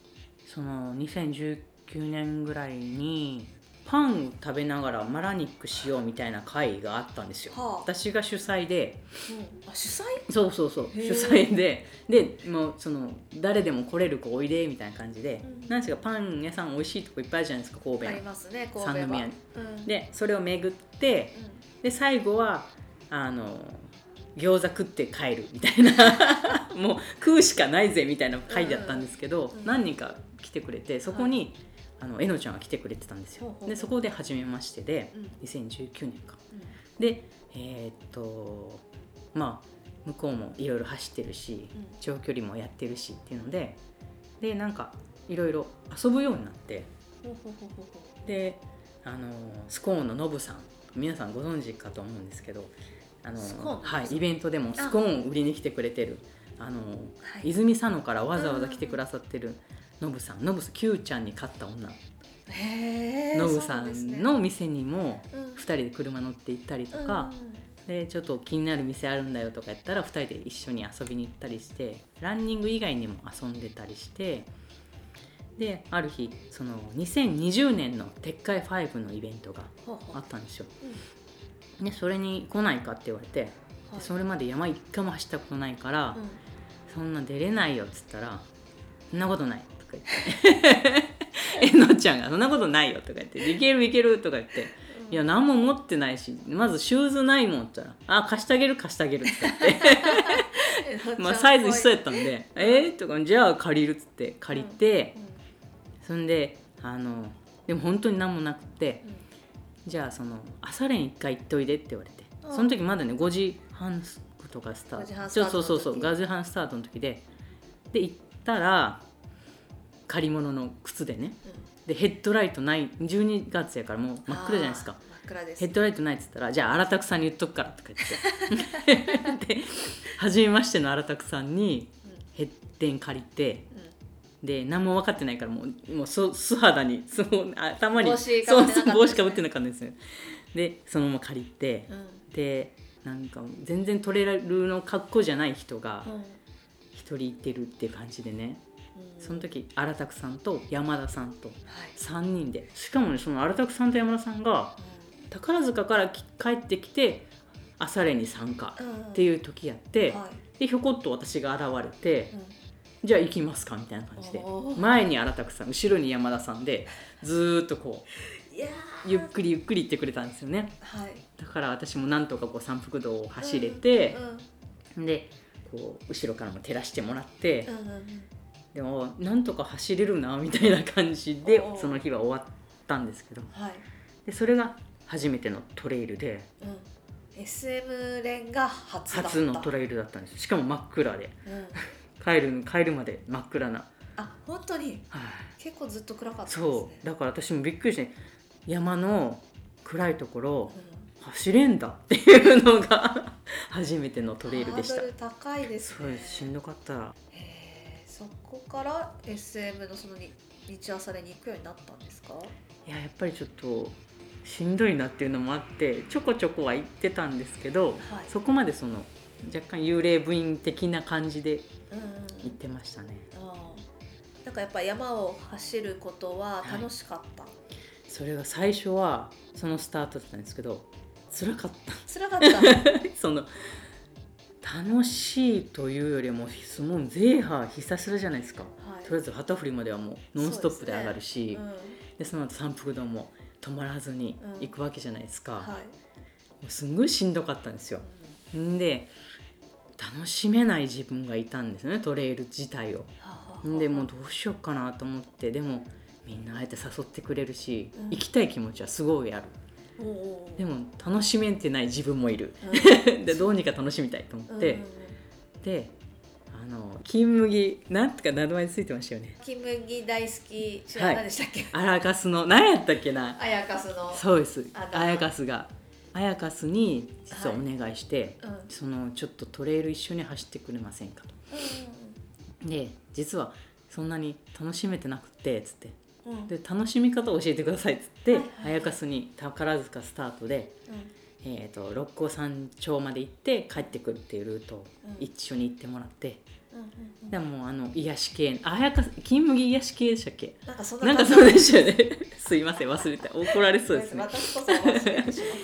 [SPEAKER 2] その2019年ぐらいにパンを食べながらマラニックしようみたいな会があったんですよ、
[SPEAKER 1] はあ
[SPEAKER 2] 私が主催で
[SPEAKER 1] うんあ主催？
[SPEAKER 2] そうそうそう
[SPEAKER 1] へ
[SPEAKER 2] 主
[SPEAKER 1] え
[SPEAKER 2] 催ででもうその誰でも来れる子おいでみたいな感じで、
[SPEAKER 1] うん
[SPEAKER 2] なんしかパン屋さん美味しいとこいっぱいあるじゃないですか神戸
[SPEAKER 1] ありますね神戸
[SPEAKER 2] 三
[SPEAKER 1] は
[SPEAKER 2] 宮に。
[SPEAKER 1] うん、
[SPEAKER 2] でそれを巡って
[SPEAKER 1] うん
[SPEAKER 2] で最後はあの餃子食って帰るみたいな もう食うしかないぜみたいな会だったんですけど、
[SPEAKER 1] うんうん
[SPEAKER 2] 何人か来てくれてそこに、あのえのちゃんが来てくれてたんです
[SPEAKER 1] ほう
[SPEAKER 2] よ
[SPEAKER 1] ほうほう
[SPEAKER 2] でそこで初めましてで
[SPEAKER 1] うん
[SPEAKER 2] 2019年かでえーっとまあ向こうもいろいろ走ってるし
[SPEAKER 1] うん
[SPEAKER 2] 長距離もやってるしっていうのででなんかいろいろ遊ぶようになって
[SPEAKER 1] ほうほうほうほうほう
[SPEAKER 2] であのスコーンのノブさん皆さんご存知かと思うんですけどあの
[SPEAKER 1] スコーンのノブさ
[SPEAKER 2] は
[SPEAKER 1] ん
[SPEAKER 2] い、イベントでもスコーンを売りに来てくれてるあの、
[SPEAKER 1] はい
[SPEAKER 2] 泉佐野からわざわざ来てくださってるノブさんノブさん Q ちゃんに勝った女
[SPEAKER 1] へー
[SPEAKER 2] ノブさ
[SPEAKER 1] そうですね
[SPEAKER 2] んの店にも
[SPEAKER 1] うん
[SPEAKER 2] 2人で車乗って行ったりとか、
[SPEAKER 1] うん
[SPEAKER 2] でちょっと気になる店あるんだよとかやったら2人で一緒に遊びに行ったりしてランニング以外にも遊んでたりしてである日その2020年の「鉄海5」のイベントが
[SPEAKER 1] ほうほう
[SPEAKER 2] あったんですよ。
[SPEAKER 1] うん
[SPEAKER 2] でそれに来ないかって言われて、
[SPEAKER 1] はい
[SPEAKER 2] それまで山一回も走ったことないから、
[SPEAKER 1] うん
[SPEAKER 2] そんな出れないよっつったら「そんなことない」とか 言ってえのちゃんが「そんなことないよ」とか言って「いけるいける」とか言って
[SPEAKER 1] うん
[SPEAKER 2] 「いや何も持ってないしまずシューズないもん」って言ったら「あ貸してあげる貸してあげる」って言って
[SPEAKER 1] えのちゃんっぽい
[SPEAKER 2] まあサイズ一緒やったんで「えー?」とか「じゃあ借りる」っつって借りて、
[SPEAKER 1] うん
[SPEAKER 2] そんであのでも本当に何もなくて
[SPEAKER 1] うん
[SPEAKER 2] 「じゃあその朝練一回行っといで」って言われて
[SPEAKER 1] うん
[SPEAKER 2] その時まだね5時半とかスタ
[SPEAKER 1] 5時
[SPEAKER 2] ー
[SPEAKER 1] 半
[SPEAKER 2] ト
[SPEAKER 1] スタートの時
[SPEAKER 2] そうそうそうそう5時半スタートの時でで行ったら借り物の靴でねでヘッドライトない12月やからもう真っ暗じゃないですか
[SPEAKER 1] あー真っ暗です
[SPEAKER 2] ヘッドライトないっつったら「じゃあ荒拓さんに言っとくから」とか 言ってで初めましての荒拓さんにヘッデン借りて
[SPEAKER 1] うんうん
[SPEAKER 2] で何も分かってないからもうもうそ素肌にその頭に
[SPEAKER 1] 帽子か
[SPEAKER 2] そ
[SPEAKER 1] ぶ
[SPEAKER 2] う
[SPEAKER 1] ってなかったんですね
[SPEAKER 2] そう帽子かぶってなかったんですよでそのまま借りて、
[SPEAKER 1] うん
[SPEAKER 2] でなんか全然トレラルの格好じゃない人が一人いてるっていう感じでね、
[SPEAKER 1] うん
[SPEAKER 2] その時荒拓さんと山田さんと
[SPEAKER 1] はい
[SPEAKER 2] 3人でしかもねその荒拓さんと山田さんが宝塚からき帰ってきて朝練に参加
[SPEAKER 1] うん
[SPEAKER 2] っていう時やって、
[SPEAKER 1] はい
[SPEAKER 2] でひょこっと私が現れて、
[SPEAKER 1] うん
[SPEAKER 2] じゃあ行きますかみたいな感じで
[SPEAKER 1] おー
[SPEAKER 2] 前に荒拓さん後ろに山田さんでずーっとこ
[SPEAKER 1] いや
[SPEAKER 2] う
[SPEAKER 1] ー
[SPEAKER 2] ゆっくりゆっくり行ってくれたんですよね
[SPEAKER 1] はい
[SPEAKER 2] だから私もなんとかこう三福堂を走れて、
[SPEAKER 1] うん
[SPEAKER 2] でこう後ろからも照らしてもらって、
[SPEAKER 1] うんうんうん
[SPEAKER 2] でもなんとか走れるなみたいな感じで
[SPEAKER 1] おうおう
[SPEAKER 2] その日は終わったんですけど
[SPEAKER 1] はい
[SPEAKER 2] でそれが初めてのトレイルで
[SPEAKER 1] うん SM 連が初だった
[SPEAKER 2] 初のトレイルだったんですしかも真っ暗で
[SPEAKER 1] うん
[SPEAKER 2] 帰る帰るまで真っ暗な、
[SPEAKER 1] あ本当に
[SPEAKER 2] はい
[SPEAKER 1] 結構ずっと暗かったんですね
[SPEAKER 2] そうだから私もびっくりして山の暗いところを
[SPEAKER 1] うん
[SPEAKER 2] 走れんだっていうのが 初めてのトレイルでし
[SPEAKER 1] ハー
[SPEAKER 2] た
[SPEAKER 1] ドル高いです
[SPEAKER 2] そう
[SPEAKER 1] ね
[SPEAKER 2] ですしんどかった
[SPEAKER 1] へーそこから SM のそのに日朝練に行くようになったんですか
[SPEAKER 2] いややっぱりちょっとしんどいなっていうのもあってちょこちょこは行ってたんですけど、
[SPEAKER 1] はい
[SPEAKER 2] そこまでその若干幽霊部員的な感じで
[SPEAKER 1] うんうんうん
[SPEAKER 2] 行ってましたね
[SPEAKER 1] あーなんかやっぱ山を走ることは楽しかった、
[SPEAKER 2] それが最初はそのスタートだったんですけど辛かっ
[SPEAKER 1] 辛 かった
[SPEAKER 2] たその楽しいというよりももうゼーハーひたすらじゃないですか
[SPEAKER 1] はい
[SPEAKER 2] とりあえず旗振りまではもうノンストップで上がるし
[SPEAKER 1] うん
[SPEAKER 2] でその後三福堂も止まらずに行くわけじゃないですか、
[SPEAKER 1] はい
[SPEAKER 2] もうすんごいしんどかったんですよ
[SPEAKER 1] うん
[SPEAKER 2] んで楽しめない自分がいたんですねトレイル自体を
[SPEAKER 1] はあはあはあ
[SPEAKER 2] んでもうどうしようかなと思ってでもみんなあえて誘ってくれるし、
[SPEAKER 1] うん
[SPEAKER 2] 行きたい気持ちはすごいある
[SPEAKER 1] おうおうおう
[SPEAKER 2] でも楽しめてない自分もいる
[SPEAKER 1] うん
[SPEAKER 2] でどうにか楽しみたいと思って、
[SPEAKER 1] うんうんうん
[SPEAKER 2] であの金麦なんとか名前ついてましたよね
[SPEAKER 1] 金麦大好き違う
[SPEAKER 2] はい
[SPEAKER 1] 何でしたっけ
[SPEAKER 2] アラカスの何やったっけな
[SPEAKER 1] あやかすの
[SPEAKER 2] そうです
[SPEAKER 1] あ。だ
[SPEAKER 2] あやかすが。あやかすに実はお
[SPEAKER 1] はい
[SPEAKER 2] 願いして、
[SPEAKER 1] うんうん
[SPEAKER 2] そのちょっとトレイル一緒に走ってくれませんかと。で実はそんなに楽しめてなくてつって
[SPEAKER 1] うんうんうん
[SPEAKER 2] で楽しみ方を教えてくださいっつって、
[SPEAKER 1] はいはいはい
[SPEAKER 2] あやかすに宝塚スタートで、
[SPEAKER 1] う
[SPEAKER 2] えー、と六甲山頂まで行って帰ってくるっていうルートを
[SPEAKER 1] うん
[SPEAKER 2] 一緒に行ってもらって、
[SPEAKER 1] んうんうん
[SPEAKER 2] でもうあの癒し系あやかす金麦癒し系でしたっけ
[SPEAKER 1] なんかそん
[SPEAKER 2] な
[SPEAKER 1] なん
[SPEAKER 2] か
[SPEAKER 1] 感じ
[SPEAKER 2] そうでしたよね すいません忘れて怒られそうですね
[SPEAKER 1] 私こそ忘れてしまっ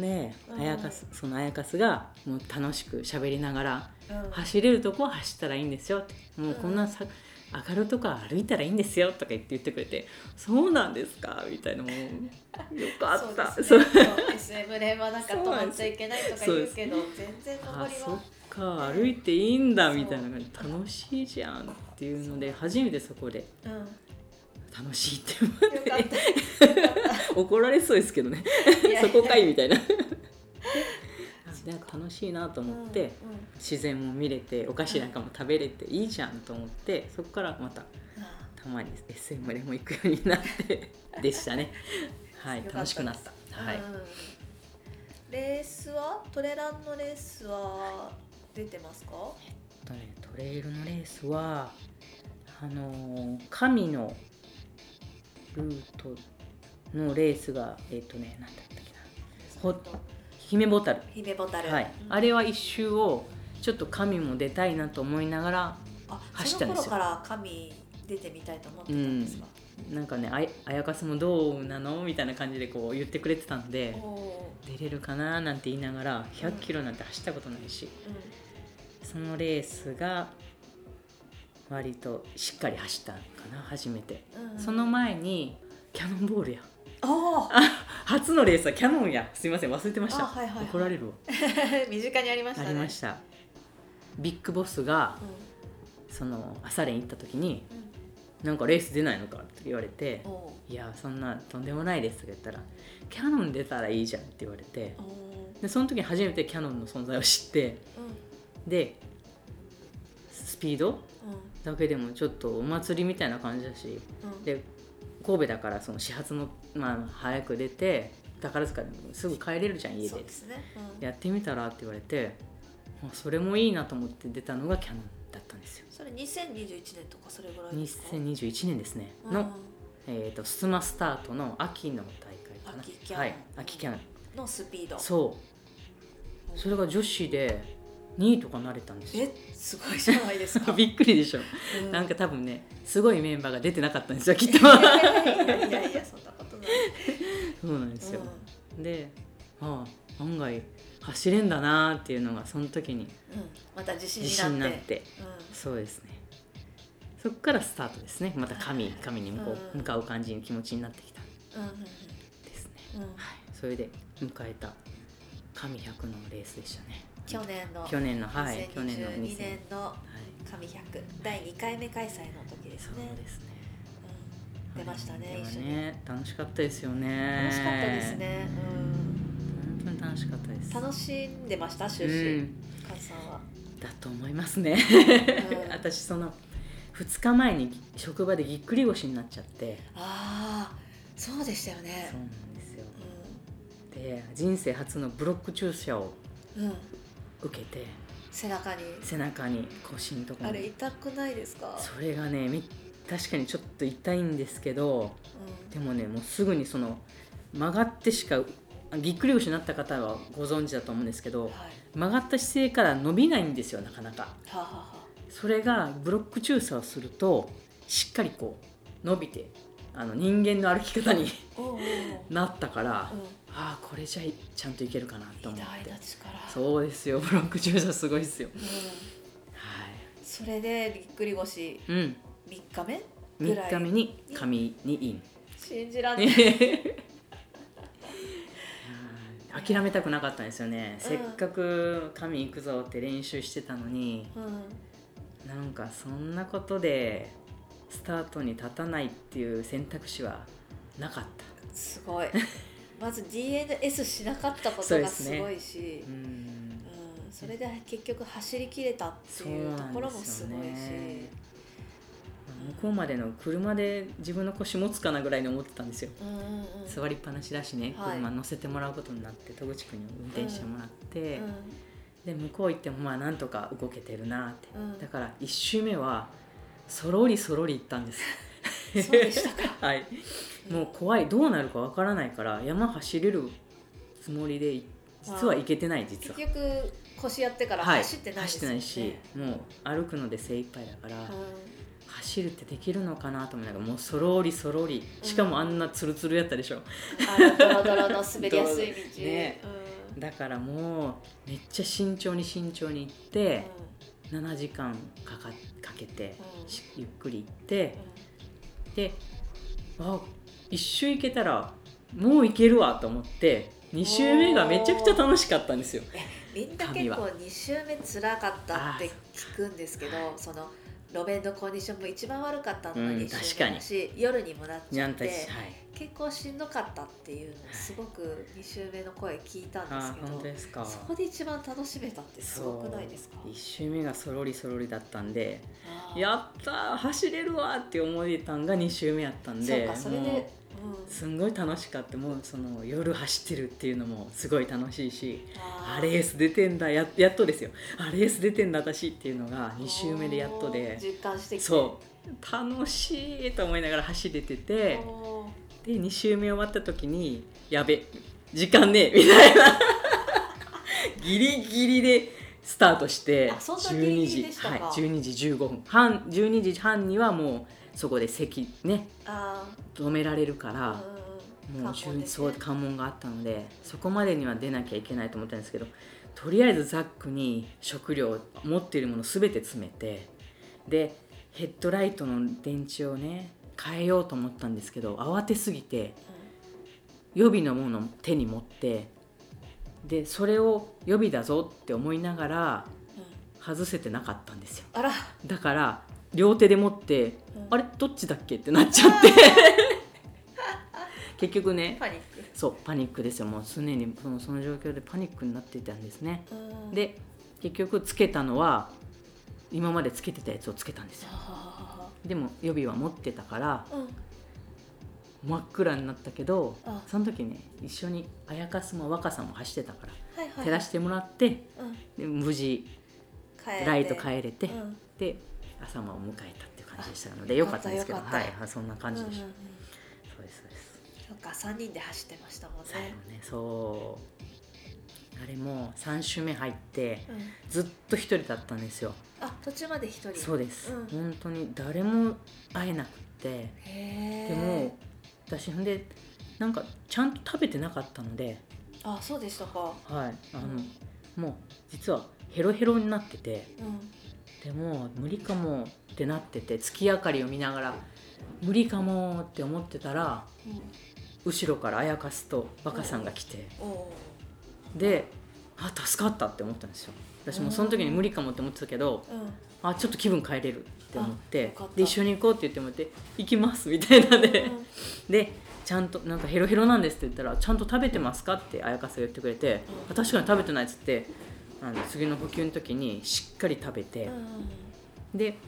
[SPEAKER 2] ねえ
[SPEAKER 1] うん
[SPEAKER 2] あやかすそのあやかすがもう楽しく喋りながら
[SPEAKER 1] ていて、うん、
[SPEAKER 2] 走れるとこは走ったらいいんですよっても
[SPEAKER 1] う
[SPEAKER 2] う
[SPEAKER 1] ん
[SPEAKER 2] こんなさ上がるとこは歩いたらいいんですよとか言って言ってくれてそうなんですかみたいなもうよかっ た
[SPEAKER 1] そ
[SPEAKER 2] そうう
[SPEAKER 1] ですね、そう SM 連はなんか止まっちゃいけないとか言うけど全然
[SPEAKER 2] あ
[SPEAKER 1] 登り
[SPEAKER 2] そ
[SPEAKER 1] は
[SPEAKER 2] っか歩いていいんだ
[SPEAKER 1] そう
[SPEAKER 2] みたいな感じ楽しいじゃんっていうので初めてそこで
[SPEAKER 1] うん、よ
[SPEAKER 2] 楽しいって 思
[SPEAKER 1] か
[SPEAKER 2] って
[SPEAKER 1] っ
[SPEAKER 2] 怒られそうですけどね
[SPEAKER 1] たいや
[SPEAKER 2] そこかいみたいなあ なんか楽しいなと思って。
[SPEAKER 1] うんうん
[SPEAKER 2] 自然も見れてお菓子なんかも食べれていいじゃんと思ってそこからまた
[SPEAKER 1] あ
[SPEAKER 2] たまに SM でも行くようになって でしたねはい
[SPEAKER 1] よかった
[SPEAKER 2] 楽しくなった
[SPEAKER 1] ー
[SPEAKER 2] はい、
[SPEAKER 1] うんレースはトレランのレースは出てますか、
[SPEAKER 2] あとねトレイルのレースはあのー神のルートのレースがえっ、とね何だったっけなほっ姫ボタル
[SPEAKER 1] ヒメボタル、
[SPEAKER 2] はい、
[SPEAKER 1] うん
[SPEAKER 2] あれは一周をちょっと神も出たいなと思いながら
[SPEAKER 1] あ
[SPEAKER 2] 走っ
[SPEAKER 1] そ
[SPEAKER 2] たん
[SPEAKER 1] の
[SPEAKER 2] ですよ
[SPEAKER 1] 頃から神出てみたいと思ってたんですか、
[SPEAKER 2] なんかねあやあやかすもどうなのみたいな感じでこう言ってくれてたんで
[SPEAKER 1] おお
[SPEAKER 2] 出れるかななんて言いながら100キロなんて走ったことないし
[SPEAKER 1] ー、うん
[SPEAKER 2] そのレースが割としっかり走ったかな初めて、
[SPEAKER 1] うん
[SPEAKER 2] その前にキャノンボールや
[SPEAKER 1] あ
[SPEAKER 2] あ初のレースはキャノンやすいません忘れてました、
[SPEAKER 1] あはいはいはい
[SPEAKER 2] 怒られるわ
[SPEAKER 1] あ 身近にありました
[SPEAKER 2] あ
[SPEAKER 1] ね。
[SPEAKER 2] りましたビッグボスが
[SPEAKER 1] うん
[SPEAKER 2] その朝練行った時に
[SPEAKER 1] うん
[SPEAKER 2] 「なんかレース出ないのか?」って言われて
[SPEAKER 1] おお
[SPEAKER 2] 「いやそんなとんでもないです」とか言ったら「キャノン出たらいいじゃん」って言われて
[SPEAKER 1] おお
[SPEAKER 2] でその時初めてキャノンの存在を知って
[SPEAKER 1] うん
[SPEAKER 2] でススピードだけでもちょっとお祭りみたいな感じだしで神戸だからその始発の、まあ、早く出て宝塚でもすぐ帰れるじゃん家
[SPEAKER 1] そう
[SPEAKER 2] で
[SPEAKER 1] ですね、
[SPEAKER 2] やってみたらって言われてあそれもいいなと思って出たのがキャノンだったんですよ
[SPEAKER 1] それ2021年とかそれぐらいですか
[SPEAKER 2] 2021年ですねの、えー、とスマスタートの秋の大会かな
[SPEAKER 1] 秋キャノン
[SPEAKER 2] はい、秋キャノン
[SPEAKER 1] のスピード
[SPEAKER 2] そうそれが女子で2位とかなれたんですよ
[SPEAKER 1] えすごいじゃないです か
[SPEAKER 2] びっくりでしょ、
[SPEAKER 1] う
[SPEAKER 2] なんか多分ねすごいメンバーが出てなかったんですよ きっと
[SPEAKER 1] いやいやいやそんなことない
[SPEAKER 2] そうなんですよ、
[SPEAKER 1] うん
[SPEAKER 2] でああ案外走れんだなーっていうのがその時に
[SPEAKER 1] うん、また自信
[SPEAKER 2] 自信に
[SPEAKER 1] に
[SPEAKER 2] な
[SPEAKER 1] な
[SPEAKER 2] っ
[SPEAKER 1] ってて
[SPEAKER 2] そうですねそこからスタートですねまた神神に向こう
[SPEAKER 1] うん
[SPEAKER 2] 向かう感じの気持ちになってきたん
[SPEAKER 1] うんうん
[SPEAKER 2] ですね、
[SPEAKER 1] うんうん
[SPEAKER 2] はい、それで迎えた神100のレースでしたね
[SPEAKER 1] 去年の
[SPEAKER 2] 去年のはい去年の
[SPEAKER 1] 2022年の
[SPEAKER 2] はい、
[SPEAKER 1] 神100第2回目開催の時です
[SPEAKER 2] そう
[SPEAKER 1] ね、
[SPEAKER 2] ですね
[SPEAKER 1] うん出ましたね
[SPEAKER 2] でも
[SPEAKER 1] 一緒に
[SPEAKER 2] ね楽しかったですよね
[SPEAKER 1] 楽しかったですね、うん、
[SPEAKER 2] 本当に楽しかったです
[SPEAKER 1] 楽しんでました終
[SPEAKER 2] う
[SPEAKER 1] 始
[SPEAKER 2] ん
[SPEAKER 1] カズさん は、
[SPEAKER 2] だと思いますね
[SPEAKER 1] うん
[SPEAKER 2] 私その2日前に職場でぎっくり腰になっちゃって
[SPEAKER 1] ああそうでしたよ
[SPEAKER 2] そう
[SPEAKER 1] ね
[SPEAKER 2] なんですよで人生初のブロック注射を
[SPEAKER 1] うん、うん、
[SPEAKER 2] 受けて
[SPEAKER 1] 背中に
[SPEAKER 2] 背中に腰のとこ
[SPEAKER 1] あ
[SPEAKER 2] ろ
[SPEAKER 1] れ
[SPEAKER 2] に
[SPEAKER 1] 痛くないですか
[SPEAKER 2] それがねみ確かにちょっと痛いんですけどでもねもうすぐにその曲がってしかあぎっくり腰になった方はご存知だと思うんですけ
[SPEAKER 1] うん
[SPEAKER 2] ど
[SPEAKER 1] はい
[SPEAKER 2] 曲がった姿勢から伸びないんですよなかなか
[SPEAKER 1] はあ、はあは
[SPEAKER 2] それがブロック注射をするとしっかりこう伸びてあの人間の歩き方に
[SPEAKER 1] あ、おうおうおう
[SPEAKER 2] なったから、
[SPEAKER 1] う
[SPEAKER 2] あ
[SPEAKER 1] ん
[SPEAKER 2] あこれじゃいちゃんといけるかなと
[SPEAKER 1] 偉
[SPEAKER 2] 思っ
[SPEAKER 1] 大
[SPEAKER 2] て
[SPEAKER 1] な力
[SPEAKER 2] そうですよブロック注射すごいですよ
[SPEAKER 1] うん、
[SPEAKER 2] は
[SPEAKER 1] それでぎっくり腰
[SPEAKER 2] い、うん、
[SPEAKER 1] 3日目ぐらい
[SPEAKER 2] 3日目に紙にイン
[SPEAKER 1] 信じらんない、
[SPEAKER 2] はい諦めたくなかったんですよね、
[SPEAKER 1] うん
[SPEAKER 2] せっかく紙行くぞって練習してたのに
[SPEAKER 1] うん
[SPEAKER 2] なんかそんなことでスタートに立たないっていう選択肢はなかった
[SPEAKER 1] すごいまず DNS しなかったこ
[SPEAKER 2] そ
[SPEAKER 1] と
[SPEAKER 2] うで
[SPEAKER 1] が
[SPEAKER 2] すね
[SPEAKER 1] すごいし
[SPEAKER 2] うん
[SPEAKER 1] うん、それで結局走り切れたって
[SPEAKER 2] そう
[SPEAKER 1] いうと
[SPEAKER 2] なん
[SPEAKER 1] ころも
[SPEAKER 2] です
[SPEAKER 1] す
[SPEAKER 2] よ
[SPEAKER 1] ごいし
[SPEAKER 2] ね向こうまでの車で自分の腰持つかなぐらいに思ってたんですよ
[SPEAKER 1] うんうんうん
[SPEAKER 2] 座りっぱなしだしね、
[SPEAKER 1] はい
[SPEAKER 2] 車乗せてもらうことになって戸口君に運転してもらって、
[SPEAKER 1] う
[SPEAKER 2] で向こう行ってもまあなんとか動けてるなって、
[SPEAKER 1] うん
[SPEAKER 2] だから1周目はそろりそろり行ったんです
[SPEAKER 1] ん、そうでしたか
[SPEAKER 2] はいもう怖いどうなるかわからないから山走れるつもりでい実は行けてない実
[SPEAKER 1] 結
[SPEAKER 2] は。
[SPEAKER 1] 局腰やってから
[SPEAKER 2] はい、
[SPEAKER 1] 走ってないですよね、
[SPEAKER 2] 走ってないしもう歩くので精一杯だから、走るってできるのかなと思いながらもうそろりそろり
[SPEAKER 1] うん
[SPEAKER 2] しかもあんなツルツルやったでしょ、
[SPEAKER 1] うん、あのドロドロの滑りやすい道、
[SPEAKER 2] ね
[SPEAKER 1] うん
[SPEAKER 2] だからもうめっちゃ慎重に慎重に行って、7時間かかかけて、
[SPEAKER 1] うん
[SPEAKER 2] しゆっくり行って、であ一周行けたらもう行けるわと思って2周目がめちゃくちゃ楽しかったんですよ。
[SPEAKER 1] みんな結
[SPEAKER 2] 旅は
[SPEAKER 1] 構2周目つらかったって聞くんですけど
[SPEAKER 2] あ
[SPEAKER 1] その路面のコンディションも一番悪かったのが
[SPEAKER 2] うん
[SPEAKER 1] 2周目だし、夜にもなっちゃ
[SPEAKER 2] な
[SPEAKER 1] っ
[SPEAKER 2] んた
[SPEAKER 1] て
[SPEAKER 2] しはい、
[SPEAKER 1] 結構しんどかったっていうのをすごく2周目の声聞いたんです
[SPEAKER 2] あ
[SPEAKER 1] け
[SPEAKER 2] ー本
[SPEAKER 1] ど
[SPEAKER 2] 当ですか
[SPEAKER 1] そこで一番楽しめたってすごくないですか
[SPEAKER 2] 1周目がそろりそろりだったんで
[SPEAKER 1] あー
[SPEAKER 2] やったー走れるわーって思えたんが2周目やったん
[SPEAKER 1] そう
[SPEAKER 2] で
[SPEAKER 1] かそれ
[SPEAKER 2] も
[SPEAKER 1] で
[SPEAKER 2] うすんごい楽しかったもうその夜走ってるっていうのもすごい楽しいしあレース出てんだややっとですよあレース出てんだ私っていうのが2周目でやっとで
[SPEAKER 1] 実感してきて
[SPEAKER 2] そう楽しいと思いながら走れてて
[SPEAKER 1] おー
[SPEAKER 2] で2周目終わった時にやべ時間ねえみたいなギリギリでスタートして
[SPEAKER 1] あそんなギリギリ
[SPEAKER 2] 時
[SPEAKER 1] でしたか
[SPEAKER 2] はい、12時15分半12時半にはもうそこで席ね
[SPEAKER 1] あ
[SPEAKER 2] 止められるか
[SPEAKER 1] ー
[SPEAKER 2] ら、
[SPEAKER 1] うん
[SPEAKER 2] もう
[SPEAKER 1] 関門です
[SPEAKER 2] そう
[SPEAKER 1] ね
[SPEAKER 2] 関門があったのでそこまでには出なきゃいけないと思ったんですけどとりあえずザックに食料持っているもの全て詰めてでヘッドライトの電池をね変えようと思ったんですけど慌てすぎて予備のものを手に持ってでそれを予備だぞって思いながら
[SPEAKER 1] うんうん
[SPEAKER 2] 外せてなかったんですよ
[SPEAKER 1] あら
[SPEAKER 2] だから両手で持って
[SPEAKER 1] うん
[SPEAKER 2] あれどっちだっけってなっちゃって 結局ね
[SPEAKER 1] パニック
[SPEAKER 2] そうパニックですよもう常にそのその状況でパニックになっていたんですね
[SPEAKER 1] うん
[SPEAKER 2] で結局つけたのは今までつけてたやつをつけたんですよ
[SPEAKER 1] あ
[SPEAKER 2] でも予備は持ってたから
[SPEAKER 1] ーうん
[SPEAKER 2] 真っ暗になったけど
[SPEAKER 1] あ
[SPEAKER 2] その時ね一緒にあやかすも若さも走ってたから
[SPEAKER 1] はいはい
[SPEAKER 2] 照らしてもらって
[SPEAKER 1] うん
[SPEAKER 2] で無事
[SPEAKER 1] 変えて
[SPEAKER 2] ライト変えれて
[SPEAKER 1] うん
[SPEAKER 2] で朝間を迎えたっていう感じでしたのでよかったんですけど
[SPEAKER 1] よかった
[SPEAKER 2] は
[SPEAKER 1] よかっ
[SPEAKER 2] い
[SPEAKER 1] た
[SPEAKER 2] はいそんな感じでし
[SPEAKER 1] う
[SPEAKER 2] た
[SPEAKER 1] んうんうん
[SPEAKER 2] そうですそうです
[SPEAKER 1] そっか三人で走ってましたもん
[SPEAKER 2] 最
[SPEAKER 1] ね
[SPEAKER 2] 後ねそうあれも3周目入って
[SPEAKER 1] うん
[SPEAKER 2] ずっと一人だったんですよ
[SPEAKER 1] あ途中まで一人
[SPEAKER 2] そうです、
[SPEAKER 1] うん
[SPEAKER 2] 本当に誰も会えなくって
[SPEAKER 1] へえ
[SPEAKER 2] でも私ほんでなんかちゃんと食べてなかったので
[SPEAKER 1] あそうでしたか
[SPEAKER 2] はいあの、
[SPEAKER 1] うん
[SPEAKER 2] もう実はヘロヘロになってて
[SPEAKER 1] うん
[SPEAKER 2] でも無理かもってなってて月明かりを見ながら無理かもって思ってたら
[SPEAKER 1] うん
[SPEAKER 2] 後ろからあやかすと若さんが来て
[SPEAKER 1] おお
[SPEAKER 2] であ助かったって思ったんですよ私もその時に無理かもって思ってたけど
[SPEAKER 1] うん
[SPEAKER 2] あちょっと気分変えれるって思っ
[SPEAKER 1] あよ
[SPEAKER 2] て
[SPEAKER 1] かった
[SPEAKER 2] で一緒に行こうって言ってもらって「行きます」みたいな
[SPEAKER 1] う
[SPEAKER 2] で
[SPEAKER 1] ん
[SPEAKER 2] でちゃんと「なんかヘロヘロなんです」って言ったら「ちゃんと食べてますか?」って綾香さんが言ってくれて「
[SPEAKER 1] う
[SPEAKER 2] あ確かに食べてない」っつってあの次の補給の時にしっかり食べて
[SPEAKER 1] うんうんうん
[SPEAKER 2] で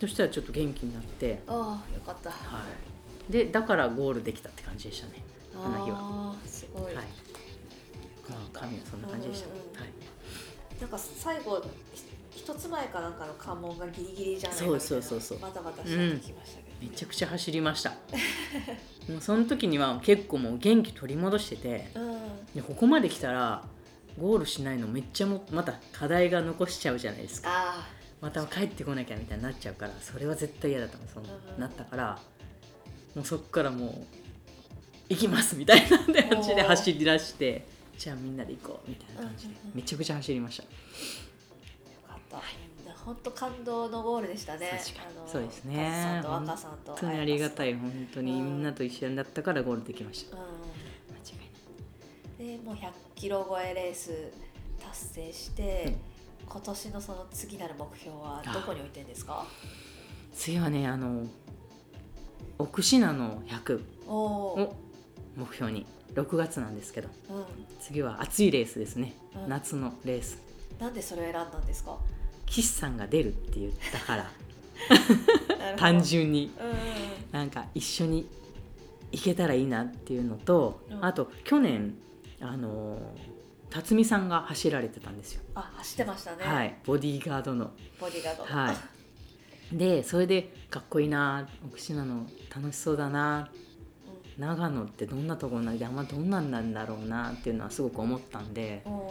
[SPEAKER 2] そしたらちょっと元気になって、
[SPEAKER 1] ああよかった
[SPEAKER 2] はい、でだからゴールできたって感じでしたね。あの日は
[SPEAKER 1] あーすご、
[SPEAKER 2] はいいまあ、神はそんな感じでした、
[SPEAKER 1] うんうんうん
[SPEAKER 2] はい、
[SPEAKER 1] なんか最後ひ一つ前かなんかの関門がギリギリじゃないかみたいな
[SPEAKER 2] そうそうそうそう
[SPEAKER 1] バタバタしてきましたけど、
[SPEAKER 2] めちゃくちゃ走りましたもうその時には結構もう元気取り戻してて
[SPEAKER 1] うんうん
[SPEAKER 2] でここまで来たらゴールしないのめっちゃもまた課題が残しちゃうじゃないですか
[SPEAKER 1] あ
[SPEAKER 2] また帰ってこなきゃみたいになっちゃうからそれは絶対嫌だったのその
[SPEAKER 1] うんうん
[SPEAKER 2] なったからもうそっからもう行きますみたいなで感じで走り出してじゃあみんなで行こうみたいな感じで
[SPEAKER 1] うんうんうん
[SPEAKER 2] めちゃくちゃ走りました
[SPEAKER 1] あよかった本当感動のゴールでしたね
[SPEAKER 2] 確かに
[SPEAKER 1] あの
[SPEAKER 2] そうですね
[SPEAKER 1] カズさんと若さんと
[SPEAKER 2] 本当にありがた
[SPEAKER 1] い、
[SPEAKER 2] い本当にみんなと一緒になったからゴールできました
[SPEAKER 1] う
[SPEAKER 2] 間違いない
[SPEAKER 1] ん、でもう100キロ超えレース達成して、
[SPEAKER 2] うん
[SPEAKER 1] 今年のその次なる目標はどこに置いてんですか
[SPEAKER 2] 次はねあの奥信濃の100
[SPEAKER 1] おお
[SPEAKER 2] を目標に6月なんですけど
[SPEAKER 1] ー、うん、
[SPEAKER 2] 次は暑いレースですね、
[SPEAKER 1] うん
[SPEAKER 2] 夏のレース
[SPEAKER 1] なんでそれを選んだんですか
[SPEAKER 2] 岸さんが出るって言ったから
[SPEAKER 1] なるほど
[SPEAKER 2] 単純に
[SPEAKER 1] うんうんうん
[SPEAKER 2] なんか一緒に行けたらいいなっていうのと、
[SPEAKER 1] うん
[SPEAKER 2] あと去年あのー辰巳さんが走られてたんですよ、
[SPEAKER 1] あ走ってましたね、
[SPEAKER 2] はいボディーガードの
[SPEAKER 1] ボディガード、
[SPEAKER 2] はいでそれでかっこいいな奥信濃楽しそうだな長野ってどんなところなんであんまどんなんなんだろうなっていうのはすごく思ったんで
[SPEAKER 1] うん、お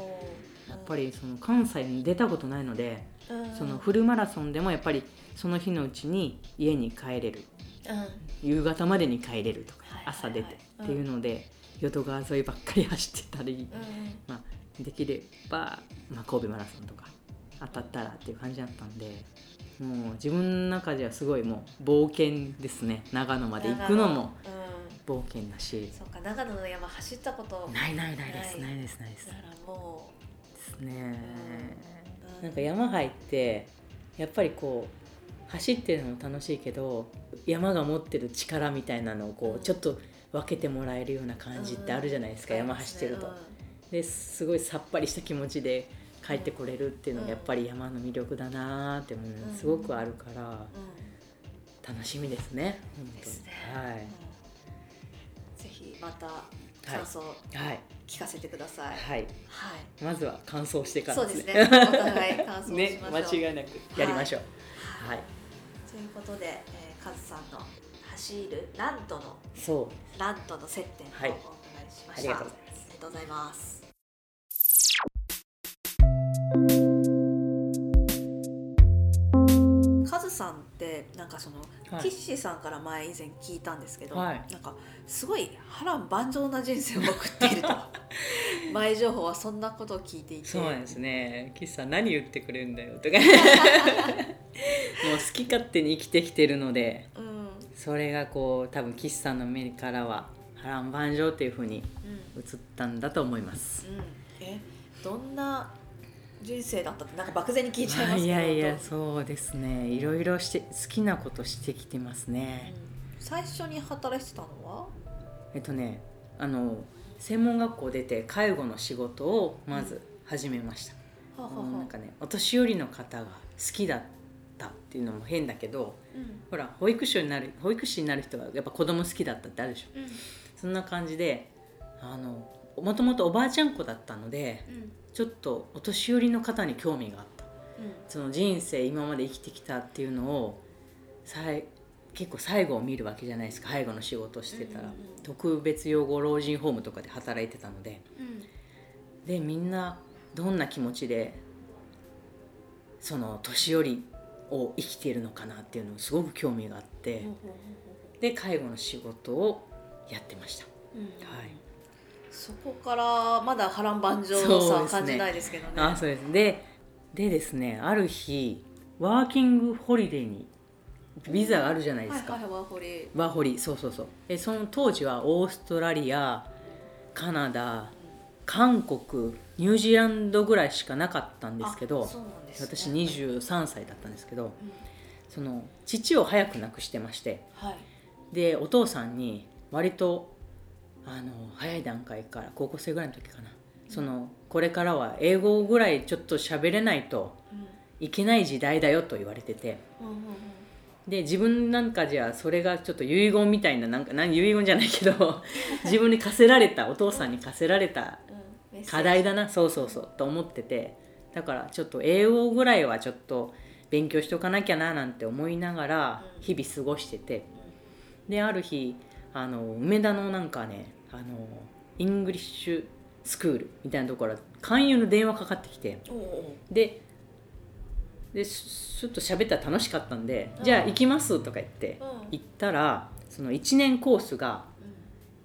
[SPEAKER 1] ー
[SPEAKER 2] やっぱ、りその関西に出たことないので
[SPEAKER 1] うん、
[SPEAKER 2] そのフルマラソンでもやっぱりその日のうちに家に帰れる
[SPEAKER 1] うん、はい
[SPEAKER 2] 夕方までに帰れるとか
[SPEAKER 1] はいはい
[SPEAKER 2] 朝出て
[SPEAKER 1] うん
[SPEAKER 2] っていうので淀川沿いばっかり走ってたり
[SPEAKER 1] うんうん
[SPEAKER 2] まあできればまあ神戸マラソンとか当たったらっていう感じだったんでもう自分の中ではすごいもう冒険ですね長野まで行くのも、
[SPEAKER 1] 長野うん
[SPEAKER 2] 冒険だし
[SPEAKER 1] そうか長野の山走ったこと
[SPEAKER 2] ないないないです
[SPEAKER 1] な
[SPEAKER 2] ないいですないです
[SPEAKER 1] ならも
[SPEAKER 2] ですね
[SPEAKER 1] うん
[SPEAKER 2] なんか山入ってやっぱりこう走ってるのも楽しいけど山が持ってる力みたいなのを
[SPEAKER 1] う
[SPEAKER 2] こ
[SPEAKER 1] ん
[SPEAKER 2] うちょっと分けてもらえるような感じってあるじゃないですか、
[SPEAKER 1] うん
[SPEAKER 2] 山走ってると
[SPEAKER 1] うん。
[SPEAKER 2] ですごいさっぱりした気持ちで帰ってこれるっていうのがやっぱり山の魅力だなーって思う
[SPEAKER 1] うん
[SPEAKER 2] のすごくあるから
[SPEAKER 1] う
[SPEAKER 2] 楽しみですね。本
[SPEAKER 1] ん
[SPEAKER 2] 当
[SPEAKER 1] ですね、
[SPEAKER 2] に
[SPEAKER 1] うんぜひまた感想を
[SPEAKER 2] はいはい
[SPEAKER 1] 聞かせてください、はい
[SPEAKER 2] はいまずは完走してから
[SPEAKER 1] そう
[SPEAKER 2] で
[SPEAKER 1] ですす
[SPEAKER 2] ね。
[SPEAKER 1] ねお互い感想をしましょう、
[SPEAKER 2] ね間違いなくやりましょう。
[SPEAKER 1] は
[SPEAKER 2] はいい、
[SPEAKER 1] ということで、えー、カズさんの走るランとの
[SPEAKER 2] そう
[SPEAKER 1] ランとの接点をお
[SPEAKER 2] は
[SPEAKER 1] 伺
[SPEAKER 2] い
[SPEAKER 1] いしました、
[SPEAKER 2] ありがとうございま
[SPEAKER 1] あり
[SPEAKER 2] す
[SPEAKER 1] がとうございますカズさんってなんかその、
[SPEAKER 2] はい
[SPEAKER 1] キッシーさんから前以前聞いたんですけど、
[SPEAKER 2] はい
[SPEAKER 1] なんかすごい波乱万丈な人生を送っている と前情報はそんなことを聞いていて
[SPEAKER 2] そうなんですね。岸さん何言ってくれるんだよ とか。もう好き勝手に生きてきてるので、
[SPEAKER 1] うんうん
[SPEAKER 2] それがこう多分岸さんの目からは波乱万丈という風に映ったんだと思います。
[SPEAKER 1] うんえどんな人生だったってなんか漠然に聞いちゃいますけど
[SPEAKER 2] いやい
[SPEAKER 1] ど
[SPEAKER 2] や
[SPEAKER 1] う
[SPEAKER 2] そうですね。いろいろして好きなことしてきてますね。
[SPEAKER 1] 最初に働いてたのは
[SPEAKER 2] えっとね、あの専門学校出て介護の仕事をまず始めました。
[SPEAKER 1] ははは
[SPEAKER 2] もうなんかねお年寄りの方が好きだったっていうのも変だけど
[SPEAKER 1] うん
[SPEAKER 2] ほら保育所になる保育士になる人はやっぱ子供好きだったってあるでしょ
[SPEAKER 1] うん
[SPEAKER 2] そんな感じであのもともとおばあちゃん子だったので
[SPEAKER 1] うん
[SPEAKER 2] ちょっとお年寄りの方に興味があった
[SPEAKER 1] うん
[SPEAKER 2] その人生今まで生きてきたっていうのをさい結構最後を見るわけじゃないですか背後の仕事をしてたら、
[SPEAKER 1] うんうんうん
[SPEAKER 2] 特別養護老人ホームとかで働いてたので
[SPEAKER 1] うん
[SPEAKER 2] でみんなどんな気持ちでその年寄りを生きているのかなっていうのをすごく興味があっ
[SPEAKER 1] ほ
[SPEAKER 2] て、
[SPEAKER 1] うほうほう
[SPEAKER 2] で介護の仕事をやってました。
[SPEAKER 1] ほううん
[SPEAKER 2] はい
[SPEAKER 1] そこからまだ波乱万丈のさ、
[SPEAKER 2] そうですね
[SPEAKER 1] 感じないですけどね
[SPEAKER 2] あそうですででですねある日ワーキングホリデーにビザがあるじゃないですか、
[SPEAKER 1] はいはいワーホリ
[SPEAKER 2] ワーホリそうそうそうえその当時はオーストラリアカナダ韓国ニュージーランドぐらいしかなかったんですけど
[SPEAKER 1] あそうなんですね
[SPEAKER 2] 私23歳だったんですけど
[SPEAKER 1] うん
[SPEAKER 2] その父を早く亡くしてまして
[SPEAKER 1] はい
[SPEAKER 2] でお父さんに割とあの早い段階から高校生ぐらいの時かなそのこれからは英語ぐらいちょっと喋れないといけない時代だよと言われてて
[SPEAKER 1] うんうんうんうん
[SPEAKER 2] で自分なんかじゃそれがちょっと遺言みたいななんか何遺言じゃないけど 自分に課せられたお父さんに課せられた
[SPEAKER 1] うん
[SPEAKER 2] 課題だなそうそうそうと思っててだからちょっと英語ぐらいはちょっと勉強しとかなきゃななんて思いながら
[SPEAKER 1] うん
[SPEAKER 2] 日々過ごしててである日あの梅田のなんかねあのイングリッシュスクールみたいなところから勧誘の電話かかってきて
[SPEAKER 1] おうおう
[SPEAKER 2] ででちょっと喋ったら楽しかったんで
[SPEAKER 1] う
[SPEAKER 2] 「
[SPEAKER 1] ん
[SPEAKER 2] じゃあ行きます」とか言って
[SPEAKER 1] うん
[SPEAKER 2] 行ったらその1年コースが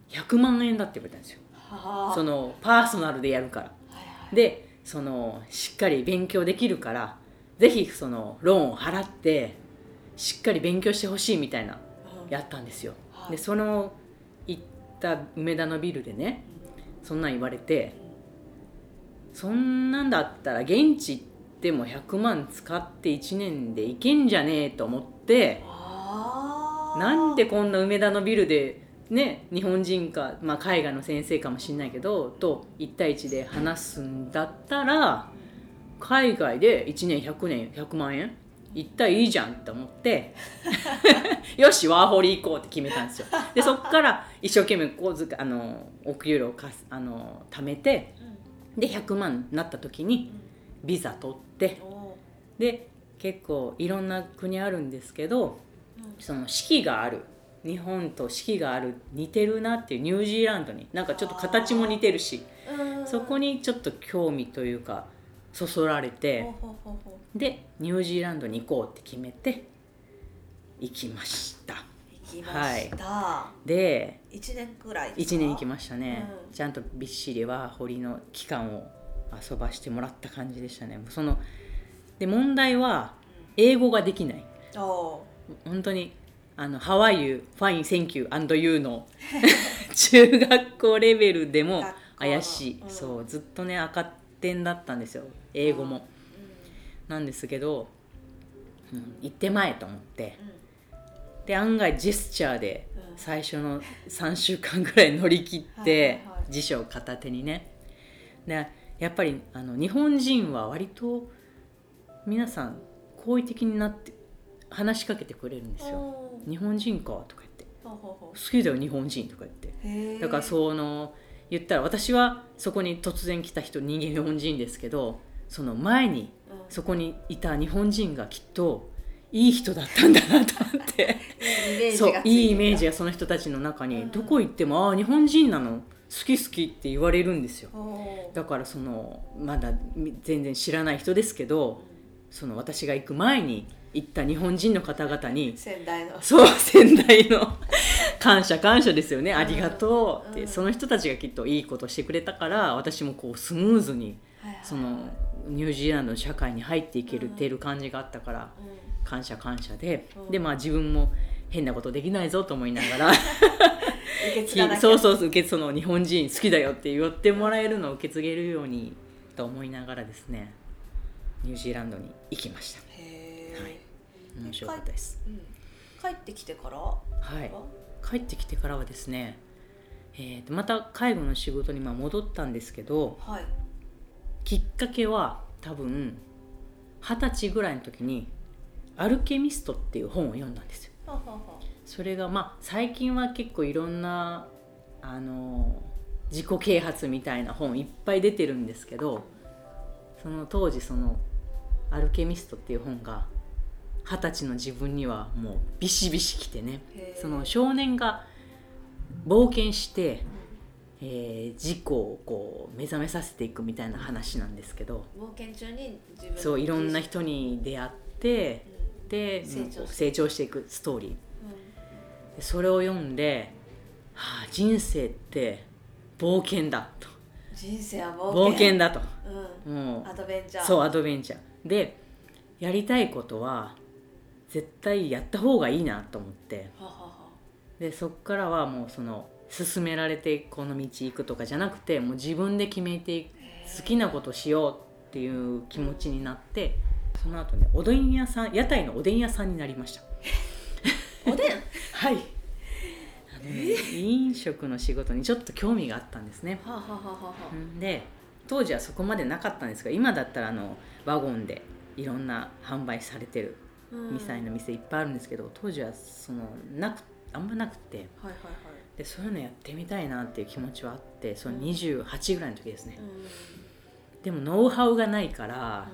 [SPEAKER 2] 100万円だって言われたんですよ
[SPEAKER 1] はあ
[SPEAKER 2] そのパーソナルでやるから。
[SPEAKER 1] はいはい
[SPEAKER 2] でそのしっかり勉強できるからぜひそのローンを払ってしっかり勉強してほしいみたいな
[SPEAKER 1] うん
[SPEAKER 2] やったんですよ、
[SPEAKER 1] はい
[SPEAKER 2] でその行った梅田のビルでねそんなん言われてそんなんだったら現地行っても100万使って1年で行けんじゃねえと思って
[SPEAKER 1] ああ
[SPEAKER 2] なんでこんな梅田のビルでね日本人か、まあ、海外の先生かもしんないけどと1対1で話すんだったら海外で1年100年100万円行ったらいいじゃんって思ってよしワーホリ行こうって決めたんですよでそっから一生懸命こうずあのお給料をかすあの貯めて
[SPEAKER 1] うん
[SPEAKER 2] で100万になった時にビザ取って
[SPEAKER 1] うんおう
[SPEAKER 2] で結構いろんな国あるんですけど
[SPEAKER 1] うん
[SPEAKER 2] その四季がある日本と四季がある似てるなっていうニュージーランドになんかちょっと形も似てるし
[SPEAKER 1] うん
[SPEAKER 2] そこにちょっと興味というかそそられ
[SPEAKER 1] ほう
[SPEAKER 2] て
[SPEAKER 1] ほうほうほ
[SPEAKER 2] でニュージーランドに行こうって決めて行きました
[SPEAKER 1] う行きました
[SPEAKER 2] で
[SPEAKER 1] 一年くらい
[SPEAKER 2] 1年行き
[SPEAKER 1] ま
[SPEAKER 2] ましたね、
[SPEAKER 1] うん
[SPEAKER 2] ちゃんとびっしりは堀の期間を遊ばしてもらった感じでしたねそので問題は英語ができない
[SPEAKER 1] すおう
[SPEAKER 2] 本当にあの「How are you? Fine, thank you and you」の 中学校レベルでも
[SPEAKER 1] 学校の
[SPEAKER 2] 怪しい、
[SPEAKER 1] うん
[SPEAKER 2] そうずっとね赤点だったんですよ英語もなんですけど、うん行ってまえと思って
[SPEAKER 1] うんうん
[SPEAKER 2] で案外ジェスチャーで
[SPEAKER 1] うん
[SPEAKER 2] 最初の3週間ぐらい乗り切って
[SPEAKER 1] はいはいはい
[SPEAKER 2] 辞書を片手にねでやっぱりあの日本人は割と皆さん好意的になって話しかけてくれるんですよ。
[SPEAKER 1] おう
[SPEAKER 2] 日本人かとか言って
[SPEAKER 1] ほうほうほ
[SPEAKER 2] 好きだよ日本人とか言って
[SPEAKER 1] うへえ
[SPEAKER 2] だからその言ったら私はそこに突然来た人人間日本人ですけどその前に
[SPEAKER 1] うん
[SPEAKER 2] そこにいた日本人がきっといい人だったんだなと思って
[SPEAKER 1] いいイメージ
[SPEAKER 2] そう
[SPEAKER 1] がつ
[SPEAKER 2] いいイメー
[SPEAKER 1] ジ
[SPEAKER 2] ジがその人たちの中
[SPEAKER 1] う
[SPEAKER 2] に
[SPEAKER 1] ん
[SPEAKER 2] どこ行っても「ああ日本人なの好き好き」って言われるんですよ
[SPEAKER 1] おう
[SPEAKER 2] だからそのまだみ全然知らない人ですけどその私が行く前に行った日本人の方々に
[SPEAKER 1] 仙台の
[SPEAKER 2] そう先代の 感謝感謝ですよね、ありがとうって、
[SPEAKER 1] うん
[SPEAKER 2] その人たちがきっといいことしてくれたから私もこうスムーズに
[SPEAKER 1] はいはい
[SPEAKER 2] そのニュージーランドの社会に入っていける
[SPEAKER 1] うん
[SPEAKER 2] てる感じがあったから
[SPEAKER 1] うん
[SPEAKER 2] 感謝感謝で、
[SPEAKER 1] うん
[SPEAKER 2] でまあ自分も変なことできないぞと思いな がら
[SPEAKER 1] 受け継がなきゃ
[SPEAKER 2] そうそうそう受けその日本人好きだよって言ってもらえるのを受け継げるようにと思いながらですねニュージーランドに行きました
[SPEAKER 1] へ
[SPEAKER 2] はい
[SPEAKER 1] え
[SPEAKER 2] 面白かったです。
[SPEAKER 1] うん帰ってきてからは
[SPEAKER 2] はい、帰ってきてからはですね、えーとまた介護の仕事にまあ戻ったんですけど
[SPEAKER 1] はい
[SPEAKER 2] きっかけは多分二十歳ぐらいの時に「アルケミスト」っていう本を読んだんですよ。
[SPEAKER 1] ほうほうほ
[SPEAKER 2] それがまあ最近は結構いろんなあの自己啓発みたいな本いっぱい出てるんですけどその当時その「アルケミスト」っていう本が二十歳の自分にはもうビシビシきてね
[SPEAKER 1] うへー
[SPEAKER 2] その少年が冒険して
[SPEAKER 1] う、
[SPEAKER 2] えー自己をこう目覚めさせていくみたいな話なんですけど
[SPEAKER 1] ん冒険中に自分の
[SPEAKER 2] そういろんな人に出会って
[SPEAKER 1] う
[SPEAKER 2] で
[SPEAKER 1] 成長して
[SPEAKER 2] もう成長していくストーリー。
[SPEAKER 1] んうん
[SPEAKER 2] でそれを読んで、はあ、人生って冒険だと
[SPEAKER 1] 人生は
[SPEAKER 2] 冒
[SPEAKER 1] 冒険
[SPEAKER 2] 険だと
[SPEAKER 1] う
[SPEAKER 2] も
[SPEAKER 1] ん、アドベンチャ
[SPEAKER 2] う
[SPEAKER 1] ー
[SPEAKER 2] そうアドベンチャーでやりたいことは絶対やった方がいいなと思って
[SPEAKER 1] ははは
[SPEAKER 2] でそっからはもうその勧められてこの道行くとかじゃなくてもう自分で決めていく
[SPEAKER 1] へー
[SPEAKER 2] 好きなことしようっていう気持ちになってその後ねおでん屋さん屋台のおでん屋さんになりました
[SPEAKER 1] おでんは
[SPEAKER 2] はい。あのね飲食の仕事にちょっと興味があったんですね。
[SPEAKER 1] はははは
[SPEAKER 2] で当時はそこまでなかったんですが今だったらあのワゴンでいろんな販売されてるみたい
[SPEAKER 1] な
[SPEAKER 2] な店いっぱいあるんですけど当時はそのなくあんまなくて
[SPEAKER 1] はいはい
[SPEAKER 2] でそういうのやってみたいなっていう気持ちはあってその
[SPEAKER 1] うん
[SPEAKER 2] 28ぐらいの時ですね
[SPEAKER 1] はい、うん
[SPEAKER 2] でもノウハウがないから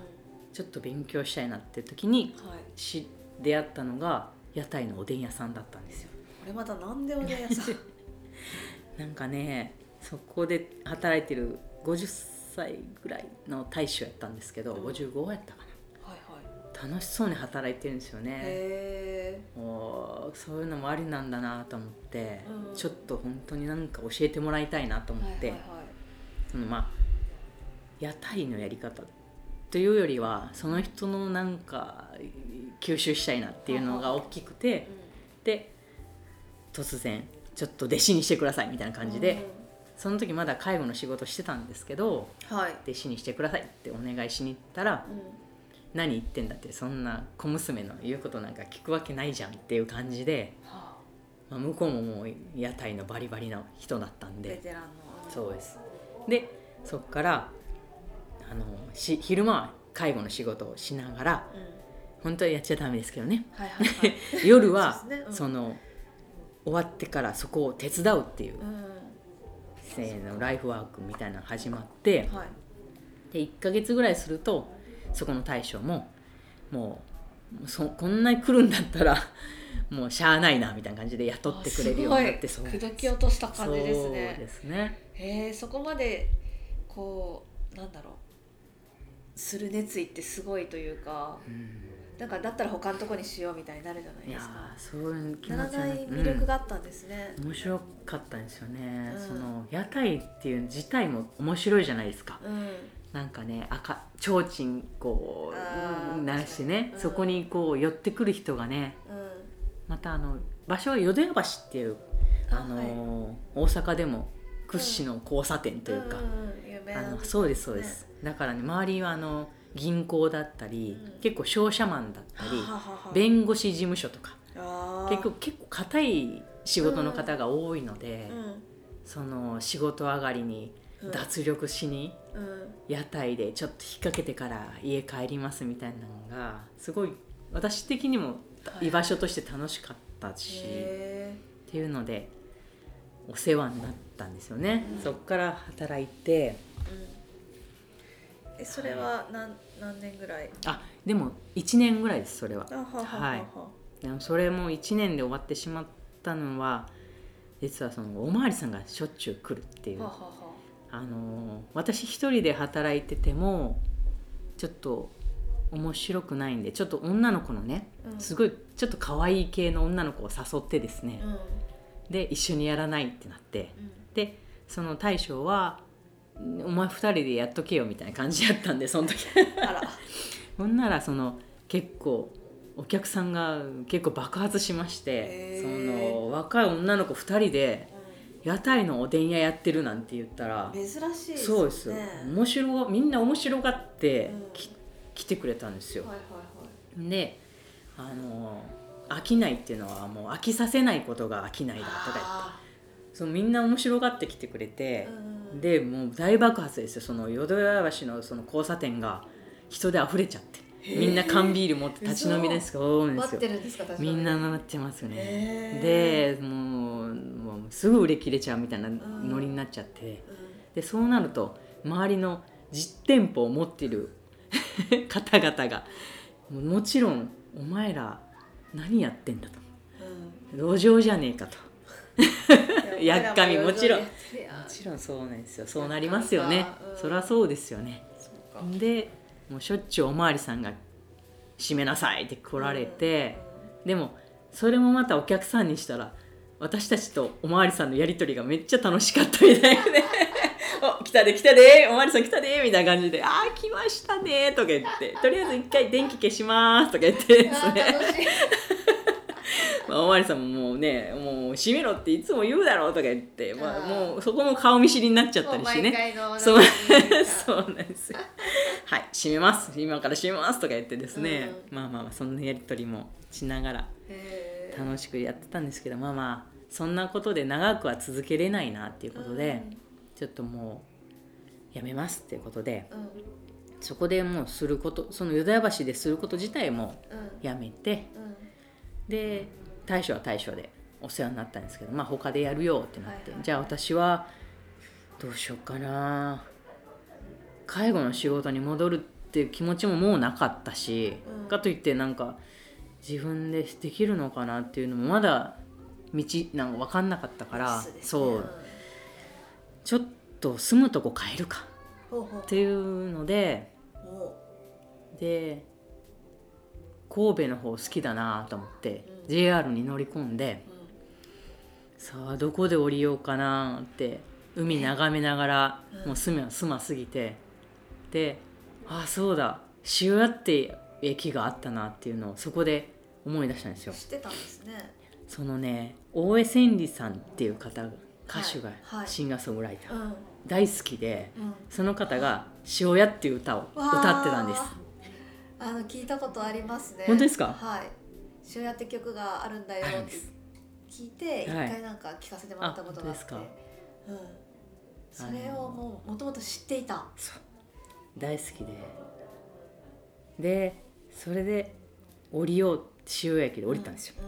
[SPEAKER 1] う
[SPEAKER 2] ちょっと勉強したいなっていう時
[SPEAKER 1] ん
[SPEAKER 2] に
[SPEAKER 1] はい、
[SPEAKER 2] し出会ったのが屋台のおでん屋さんだったんですよ
[SPEAKER 1] これまたなんでお でん屋さん
[SPEAKER 2] なんかねそこで働いてる50歳ぐらいの大将やったんですけど
[SPEAKER 1] うん
[SPEAKER 2] 55やったか
[SPEAKER 1] はいはい
[SPEAKER 2] な楽しそうに働いてるんですよね
[SPEAKER 1] へ
[SPEAKER 2] おーそういうのもありなんだなと思って、
[SPEAKER 1] うん
[SPEAKER 2] ちょっと本当になんか教えてもらいたいなと
[SPEAKER 1] え
[SPEAKER 2] 思って、
[SPEAKER 1] はいはいはい
[SPEAKER 2] そのまあ屋台のやり方というよりはその人のなんか吸収したいなっていうのが大きくてで突然ちょっと弟子にしてくださいみたいな感じで。、その時まだ介護の仕事してたんですけど
[SPEAKER 1] うんはい、
[SPEAKER 2] 弟子にしてくださいってお願いしに行ったら
[SPEAKER 1] う
[SPEAKER 2] 何言ってんだってそんな小娘の言うことなんか聞くわけないじゃんっていう感じで、
[SPEAKER 1] んはあ、
[SPEAKER 2] まあ向こうももう屋台のバリバリの人だったん
[SPEAKER 1] ベ
[SPEAKER 2] で
[SPEAKER 1] テランのうん
[SPEAKER 2] そうですでそっからあのし昼間は介護の仕事をしながら
[SPEAKER 1] うん、
[SPEAKER 2] 本当はやっちゃダメですけ どね
[SPEAKER 1] はいはいはい
[SPEAKER 2] 夜は
[SPEAKER 1] そうですねうん
[SPEAKER 2] その終わってからそこを手伝うっていう
[SPEAKER 1] うん
[SPEAKER 2] せーのライフワークみたいなの始まって。
[SPEAKER 1] はい
[SPEAKER 2] で1ヶ月ぐらいするとそこの大将ももうもうそこんなに来るんだったら もうしゃあないなみたいな感じで雇ってくれるようになって
[SPEAKER 1] あすごい
[SPEAKER 2] そ
[SPEAKER 1] 口
[SPEAKER 2] う
[SPEAKER 1] 説き落とした感じです
[SPEAKER 2] そうで
[SPEAKER 1] ね
[SPEAKER 2] すね
[SPEAKER 1] へえそこまでこうなんだろうする熱意ってすごいというか
[SPEAKER 2] うん
[SPEAKER 1] なんかだったら他のとこにしようみたいになるじゃない
[SPEAKER 2] い
[SPEAKER 1] で
[SPEAKER 2] や
[SPEAKER 1] すか
[SPEAKER 2] ーそういう気持
[SPEAKER 1] な
[SPEAKER 2] ち
[SPEAKER 1] ら
[SPEAKER 2] は
[SPEAKER 1] ない魅力
[SPEAKER 2] が、
[SPEAKER 1] があったんですね
[SPEAKER 2] うん面白かったんですよね、
[SPEAKER 1] うん
[SPEAKER 2] その屋台っていう自体も面白いじゃないですか
[SPEAKER 1] うん、
[SPEAKER 2] なんかね赤提灯こ
[SPEAKER 1] あー
[SPEAKER 2] う鳴らしてね、
[SPEAKER 1] うん
[SPEAKER 2] そこにこう寄ってくる人がね
[SPEAKER 1] うん
[SPEAKER 2] またあの場所は淀屋橋っていうあの
[SPEAKER 1] はい
[SPEAKER 2] ー大阪でも屈指の交差点というか、
[SPEAKER 1] んうん、有名
[SPEAKER 2] あ
[SPEAKER 1] な
[SPEAKER 2] のそうですそうです、だからね周りはあの銀行だったり、
[SPEAKER 1] うん
[SPEAKER 2] 結構商社マンだったり
[SPEAKER 1] はははは
[SPEAKER 2] 弁護士事務所とか
[SPEAKER 1] あー
[SPEAKER 2] 結構結構硬い仕事の方が多いので、
[SPEAKER 1] う
[SPEAKER 2] その仕事上がりに
[SPEAKER 1] ん、
[SPEAKER 2] 脱力しに
[SPEAKER 1] うん、うん
[SPEAKER 2] 屋台でちょっと引っ掛けてから家帰りますみたいなのがすごい私的にも居場所として楽しかったし。
[SPEAKER 1] へ
[SPEAKER 2] っていうのでお世話になったんですよね、
[SPEAKER 1] うん
[SPEAKER 2] そっから働いて
[SPEAKER 1] ーうん、えそれは何,、何年ぐらい
[SPEAKER 2] あでも1年ぐらいですそれは
[SPEAKER 1] あははは
[SPEAKER 2] はいでもそれも1年で終わってしまったのは実はそのおまわりさんがしょっちゅう来るっていう
[SPEAKER 1] はははは
[SPEAKER 2] あのー私一人で働いててもちょっと面白くないんでちょっと女の子のね
[SPEAKER 1] うん
[SPEAKER 2] すごいちょっと可愛い系の女の子を誘ってですね、
[SPEAKER 1] うん
[SPEAKER 2] で一緒にやらないってなって、でその大将は「お前二人でやっとけよ」みたいな感じやったんでそ の時
[SPEAKER 1] うん、あら
[SPEAKER 2] ほんならその結構お客さんが結構爆発しまして
[SPEAKER 1] へ
[SPEAKER 2] そ
[SPEAKER 1] ー
[SPEAKER 2] の若い女の子二人で屋台のおでん屋やってるなんて言ったら
[SPEAKER 1] 珍しいですね
[SPEAKER 2] そうですよ
[SPEAKER 1] はい
[SPEAKER 2] 面白がみんな面白がって
[SPEAKER 1] うん
[SPEAKER 2] き来てくれたんですよ
[SPEAKER 1] はいは。
[SPEAKER 2] であの飽きないっていうのはもう飽きさせないことが飽きないいだとか言って
[SPEAKER 1] あ
[SPEAKER 2] そのみんな面白がってきてくれて。
[SPEAKER 1] ーうんうん
[SPEAKER 2] でもう大爆発ですよその淀屋橋のその交差点が人で溢れちゃってみんな缶ビール持って立ち飲みですかそうなんです
[SPEAKER 3] 待って
[SPEAKER 2] よ
[SPEAKER 3] るんですか立ち
[SPEAKER 2] み
[SPEAKER 3] 飲み
[SPEAKER 2] んな待ってますね
[SPEAKER 3] へー
[SPEAKER 2] でもうもうすぐ売れ切れちゃうみたいなノリになっちゃって、
[SPEAKER 3] うん
[SPEAKER 2] でそうなると周りの実店舗を持ってる 方々がもうもちろんお前ら何やってんだと路上じゃねえかとも
[SPEAKER 3] うん
[SPEAKER 2] やっかみもちろん
[SPEAKER 3] やっかみやっ
[SPEAKER 2] ちろんそうなんですよそうなりますよね
[SPEAKER 3] やっかみかうん
[SPEAKER 2] そりゃそうですよね
[SPEAKER 3] そうか
[SPEAKER 2] でもうしょっちゅうおまわりさんが「閉めなさい」って来られて、でもそれもまたお客さんにしたら私たちとおまわりさんのやり取りがめっちゃ楽しかったみたいなね 「お来たで来たでおまわりさん来たで」みたいな感じで「あー来ましたね」とか言って「とりあえず一回電気消します」とか言って
[SPEAKER 3] うん
[SPEAKER 2] で
[SPEAKER 3] あ
[SPEAKER 2] す
[SPEAKER 3] ー
[SPEAKER 2] ね
[SPEAKER 3] 楽しい
[SPEAKER 2] まあ、おまわりさんももうね「もう閉めろ」っていつも言うだろうとか言って、まあ、
[SPEAKER 3] あー
[SPEAKER 2] もうそこも顔見知りになっちゃった
[SPEAKER 3] もう
[SPEAKER 2] りして
[SPEAKER 3] 毎
[SPEAKER 2] ね。
[SPEAKER 3] 回の
[SPEAKER 2] そう
[SPEAKER 3] う
[SPEAKER 2] そうなんですよ。はい、閉めます。今から閉めますとか言ってですね、まあまあまあそんなやりとりもしながら楽しくやってたんですけど、まあまあそんなことで長くは続けれないなっていうことで、ちょっともうやめますっていうことで、
[SPEAKER 3] うんうん
[SPEAKER 2] そこでもうすること、そのヨダヤ橋ですること自体も
[SPEAKER 3] うん
[SPEAKER 2] やめて、
[SPEAKER 3] うん
[SPEAKER 2] で大将は大将でお世話になったんですけどまあ他でやるよってなって、
[SPEAKER 3] はいはい
[SPEAKER 2] じゃあ私はどうしようかな介護の仕事に戻るっていう気持ちももうなかったし、
[SPEAKER 3] うん
[SPEAKER 2] かといってなんか自分でできるのかなっていうのもまだ道なんか分かんなかったから
[SPEAKER 3] ですね
[SPEAKER 2] そうちょっと住むとこ変えるか
[SPEAKER 3] ほうほう
[SPEAKER 2] っていうので
[SPEAKER 3] おう
[SPEAKER 2] で神戸の方好きだなと思って、
[SPEAKER 3] うん
[SPEAKER 2] JR に乗り込んで。
[SPEAKER 3] う
[SPEAKER 2] さあどこで降りようかなって海眺めながら
[SPEAKER 3] うん
[SPEAKER 2] もうすま、すますぎてでああそうだ塩屋って駅があったなっていうのをそこで思い出したんですよ
[SPEAKER 3] ん知ってたんですね
[SPEAKER 2] そのね大江千里さんっていう方歌手が、
[SPEAKER 3] はい
[SPEAKER 2] シンガーソングライター、
[SPEAKER 3] うんうん
[SPEAKER 2] 大好きでその方が「塩屋」っていう歌を
[SPEAKER 3] わー
[SPEAKER 2] 歌ってたんです
[SPEAKER 3] あの聞いたことありますね
[SPEAKER 2] 本当ですか
[SPEAKER 3] はい「塩屋」って曲があるんだよ
[SPEAKER 2] あるん
[SPEAKER 3] っ
[SPEAKER 2] で
[SPEAKER 3] て
[SPEAKER 2] す
[SPEAKER 3] 聞いて一
[SPEAKER 2] はい
[SPEAKER 3] 回なんか聞かせてもらったことがあって、
[SPEAKER 2] あ本
[SPEAKER 3] うんそれをもうもともと知っていた
[SPEAKER 2] そう大好きででそれで降りよう塩屋駅で降りたんですよ、
[SPEAKER 3] うん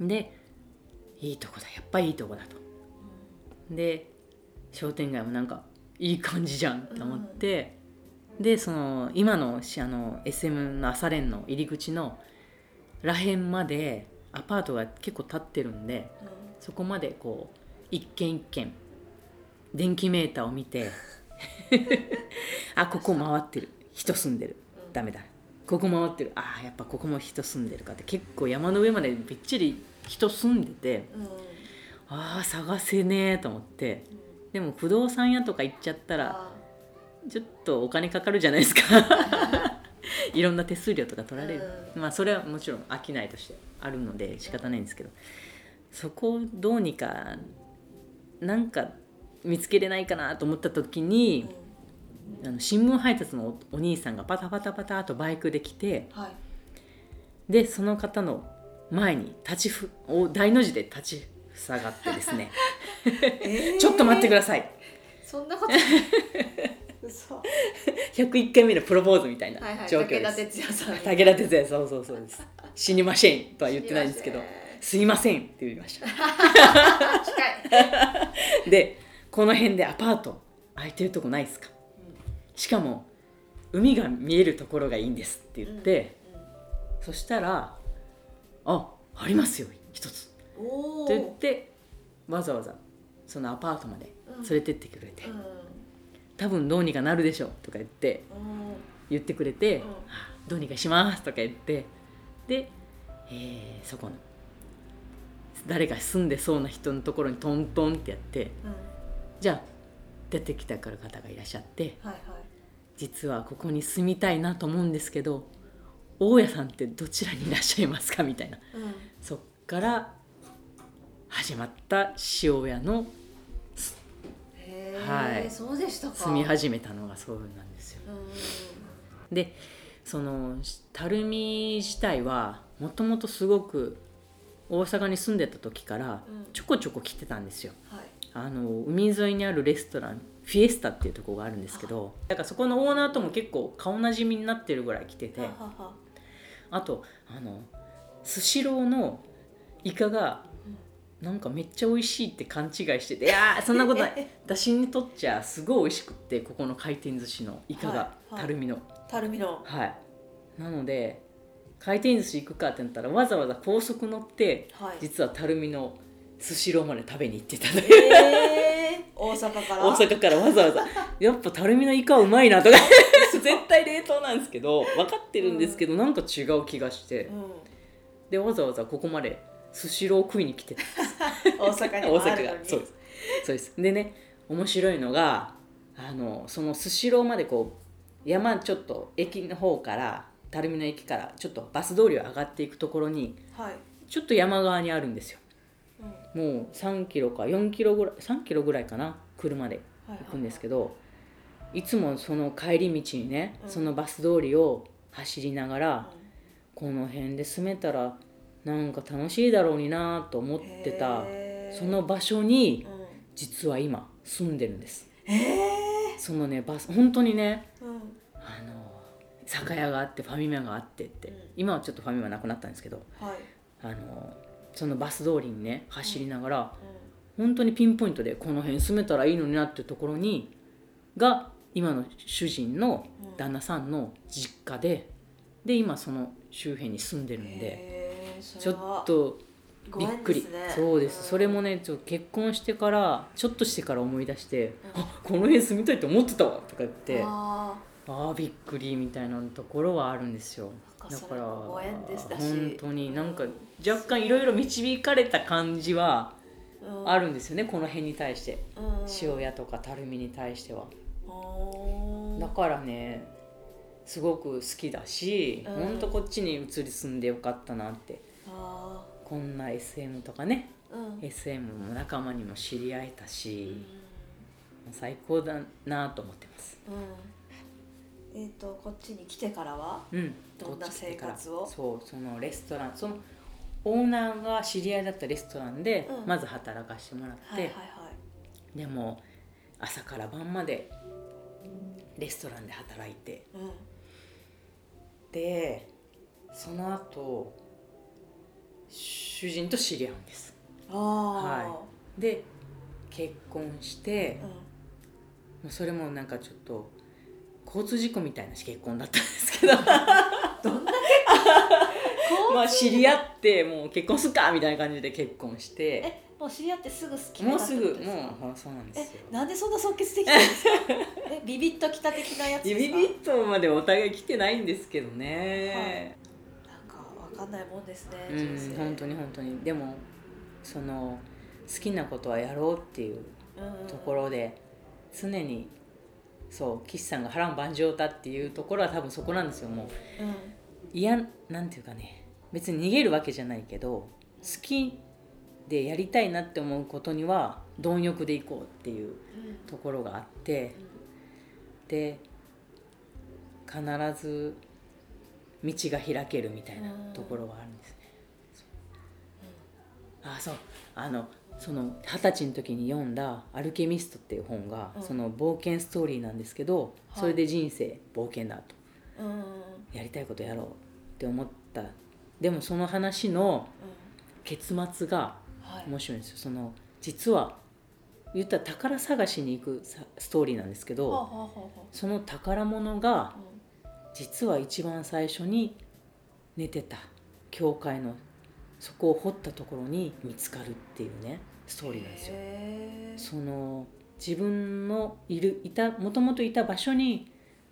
[SPEAKER 3] うん
[SPEAKER 2] でいいとこだやっぱいいとこだとで商店街もなんかいい感じじゃんと思って、でその今のしあの SM の朝練の入り口のらへんまでアパートが結構建ってるんで
[SPEAKER 3] うん
[SPEAKER 2] そこまでこう一軒一軒電気メーターを見てあここ回ってる人住んでる
[SPEAKER 3] うん
[SPEAKER 2] ダメだここ回ってるあーやっぱここも人住んでるかって結構山の上までびっちり人住んでて
[SPEAKER 3] うん
[SPEAKER 2] あー探せねえと思ってでも不動産屋とか行っちゃったら
[SPEAKER 3] あ
[SPEAKER 2] ちょっとお金かかるじゃないですか いろんな手数料とか取られる、まあそれはもちろん商いとしてあるので仕方ないんですけどそこをどうにかなんか見つけれないかなと思った時
[SPEAKER 3] ー
[SPEAKER 2] に
[SPEAKER 3] う、ん
[SPEAKER 2] あの新聞配達のおお兄さんがパタパタパタとバイクで来て、
[SPEAKER 3] はい
[SPEAKER 2] でその方の前に立ちふお大の字で立ちふさがってです ねちょっと待ってく
[SPEAKER 3] だ
[SPEAKER 2] ださい
[SPEAKER 3] さいそんなことない嘘は
[SPEAKER 2] 101回目のプロポーズみたいない
[SPEAKER 3] はい
[SPEAKER 2] 状況で
[SPEAKER 3] 武田
[SPEAKER 2] す、
[SPEAKER 3] 鉄矢さん
[SPEAKER 2] 武田鉄矢そうそうそうです死にませんとは言ってないんですけど
[SPEAKER 3] 知りません
[SPEAKER 2] すいませんって言いました
[SPEAKER 3] 近い
[SPEAKER 2] でこの辺でアパート空いてるとこないですかしかも海が見えるところがいいんですって言って、そしたらあありますよ一つ
[SPEAKER 3] うんおお
[SPEAKER 2] って言ってわざわざそのアパートまで連れてってくれて、
[SPEAKER 3] うん
[SPEAKER 2] 多分どうにかなるでしょうとか言って
[SPEAKER 3] うん
[SPEAKER 2] 言ってくれて、
[SPEAKER 3] うん
[SPEAKER 2] どうにかしますとか言ってで、えーそこの誰か住んでそうな人のところにトントンってやって
[SPEAKER 3] うん
[SPEAKER 2] じゃあ出てきた方がいらっしゃって
[SPEAKER 3] はいはい
[SPEAKER 2] 実はここに住みたいなと思うんですけど大家さんってどちらにいらっしゃいますかみたいな
[SPEAKER 3] うん
[SPEAKER 2] そっから始まった塩屋の
[SPEAKER 3] へ
[SPEAKER 2] は
[SPEAKER 3] はいいそうでしたか
[SPEAKER 2] 住み始めたのがそうなんですよ。
[SPEAKER 3] うん
[SPEAKER 2] でその垂水自体はもともとすごく大阪に住んでた時から
[SPEAKER 3] うん
[SPEAKER 2] ちょこちょこ来てたんですよ。
[SPEAKER 3] はい
[SPEAKER 2] あの海沿いにあるレストランフフィエスタっていうところがあるんですけどだからそこのオーナーとも結構顔なじみになってるぐらい来てて
[SPEAKER 1] ははは
[SPEAKER 2] あとあのスシローのイカがなんかめっちゃ美味しいって勘違いしてて「いやーそんなことない 私にとっちゃすごい美味しくってここの回転寿司のイカが
[SPEAKER 1] はいはい
[SPEAKER 2] たるみの
[SPEAKER 1] たるみの
[SPEAKER 2] はいなので回転寿司行くかってなったらわざわざ高速乗って
[SPEAKER 1] はい
[SPEAKER 2] 実はたるみのスシローまで食べに行ってたね
[SPEAKER 1] えー、大阪から
[SPEAKER 2] 大阪からわざ わざやっぱたるみのイカはうまいなとか 絶対冷凍なんですけど分かってるんですけど、なんか違う気がして
[SPEAKER 1] う
[SPEAKER 2] でわざわざここまでスシロー食いに来てた
[SPEAKER 1] ん、大阪に
[SPEAKER 2] 大
[SPEAKER 1] もあ
[SPEAKER 2] 阪
[SPEAKER 1] る
[SPEAKER 2] が
[SPEAKER 1] のに
[SPEAKER 2] そうですそうですでね面白いのがあのそのスシローまでこう山ちょっと駅の方から垂水の駅からちょっとバス通りを上がっていくところに
[SPEAKER 1] はい、
[SPEAKER 2] ちょっと山側にあるんですよ
[SPEAKER 1] うんは
[SPEAKER 2] もう3キロか4キロぐらい3キロぐらいかな車で
[SPEAKER 1] いはい
[SPEAKER 2] 行くんですけどいつもその帰り道にね
[SPEAKER 1] うん
[SPEAKER 2] そのバス通りを走りながら、
[SPEAKER 1] う
[SPEAKER 2] この辺で住めたらなんか楽しいだろうになと思っ
[SPEAKER 1] ん
[SPEAKER 2] てた
[SPEAKER 1] へー
[SPEAKER 2] その場所に
[SPEAKER 1] うん
[SPEAKER 2] 実は今住んでるんです
[SPEAKER 1] え
[SPEAKER 2] そのねバス本当にね
[SPEAKER 1] ーうん
[SPEAKER 2] あの酒屋があってファミマがあってって、
[SPEAKER 1] うん
[SPEAKER 2] 今はちょっとファミマなくなったんですけど
[SPEAKER 1] はい
[SPEAKER 2] あのそのバス通りにね走りながら、本当にピンポイントでこの辺住めたらいいのになってところにが今の主人の
[SPEAKER 1] うん
[SPEAKER 2] 旦那さんの実家でで今その周辺に住んでる
[SPEAKER 1] うん
[SPEAKER 2] んで、
[SPEAKER 1] へーそ
[SPEAKER 2] ちょ
[SPEAKER 1] れ
[SPEAKER 2] っ
[SPEAKER 1] は
[SPEAKER 2] と
[SPEAKER 1] ご
[SPEAKER 2] びっ
[SPEAKER 1] 縁
[SPEAKER 2] くり
[SPEAKER 1] ですね
[SPEAKER 2] そうです、
[SPEAKER 1] ん
[SPEAKER 2] それもねちょっと結婚してからちょっとしてから思い出して「
[SPEAKER 1] うん
[SPEAKER 2] あこの辺住みたいと思ってたわ」とか言って「あ
[SPEAKER 1] あ
[SPEAKER 2] あーびっくり」みたいなところはあるんですよ
[SPEAKER 1] ーなんか
[SPEAKER 2] だ
[SPEAKER 1] そ
[SPEAKER 2] か
[SPEAKER 1] れ
[SPEAKER 2] ら
[SPEAKER 1] もご縁でしたし
[SPEAKER 2] 本当になんか
[SPEAKER 1] うん
[SPEAKER 2] 若干いろいろ導かれた感じは
[SPEAKER 1] うん
[SPEAKER 2] あるんですよねこの辺に対して
[SPEAKER 1] うん
[SPEAKER 2] 塩屋とかたるみに対しては
[SPEAKER 1] おー
[SPEAKER 2] だからねすごく好きだし
[SPEAKER 1] うん
[SPEAKER 2] ほんとこっちに移り住んでよかったなって
[SPEAKER 1] あ
[SPEAKER 2] こんな SM とかね
[SPEAKER 1] ーうん
[SPEAKER 2] SM も仲間にも知り合えた
[SPEAKER 1] う
[SPEAKER 2] し、
[SPEAKER 1] ん
[SPEAKER 2] 最高だなと思ってます
[SPEAKER 1] うん、えっ、とこっちに来てからは
[SPEAKER 2] うん
[SPEAKER 1] どんな
[SPEAKER 2] こっち来てから
[SPEAKER 1] 生活を
[SPEAKER 2] そうそのレストランそのオーナーが知り合いだったレストランで、
[SPEAKER 1] うん
[SPEAKER 2] まず働かしてもらって、
[SPEAKER 1] はいはいは
[SPEAKER 2] でも朝から晩までレストランで働いて
[SPEAKER 1] い、うん、
[SPEAKER 2] でその後主人と知り合うんです
[SPEAKER 1] ああ、
[SPEAKER 2] はで結婚して、
[SPEAKER 1] うん、
[SPEAKER 2] もうそれもなんかちょっと交通事故みたいな結婚だったんですけど
[SPEAKER 1] どんな
[SPEAKER 2] まあ知り合ってもう結婚すっかみたいな感じで結婚して
[SPEAKER 1] えもう知り合ってすぐ好きにな
[SPEAKER 2] もう
[SPEAKER 1] った
[SPEAKER 2] す
[SPEAKER 1] って
[SPEAKER 2] ぐ
[SPEAKER 1] ことですか
[SPEAKER 2] もうそうなんですよ
[SPEAKER 1] えなんでそんな即決できたんです かえビビッときた的なやつで
[SPEAKER 2] ビ
[SPEAKER 1] す
[SPEAKER 2] ビ
[SPEAKER 1] か
[SPEAKER 2] ッとまでお互い来てないんですけどね、
[SPEAKER 1] なんかわかんないもんですね
[SPEAKER 2] うん本当
[SPEAKER 1] に
[SPEAKER 2] に本当にでもその好きなことはやろうっていうところで常にそう岸さんが波乱万丈だっていうところは多分そこなんですよもう
[SPEAKER 1] うん、うん
[SPEAKER 2] いやなんていうかね別に逃げるわけじゃないけど好きでやりたいなって思うことには貪欲でいこうっていうところがあってで必ず道が開けるみたいなところはあるんですね。そうあそうあのその二十歳の時に読んだ「アルケミスト」っていう本が、
[SPEAKER 1] うん
[SPEAKER 2] その冒険ストーリーなんですけど、
[SPEAKER 1] はい
[SPEAKER 2] それで人生冒険だと
[SPEAKER 1] うんうんうん
[SPEAKER 2] やりたいことやろうって思ったでもその話の結末が
[SPEAKER 1] はい
[SPEAKER 2] 面白いんですよその実は言ったら宝探しに行くさストーリーなんですけ
[SPEAKER 1] ほうほ
[SPEAKER 2] ど
[SPEAKER 1] うほうほ
[SPEAKER 2] その宝物が
[SPEAKER 1] う
[SPEAKER 2] 実は一番最初に寝てた教会のそこを掘ったところに見つかるっていうねストー
[SPEAKER 1] うん
[SPEAKER 2] リーなんですよ。
[SPEAKER 1] へー
[SPEAKER 2] その自分のいるいたもともといた場所に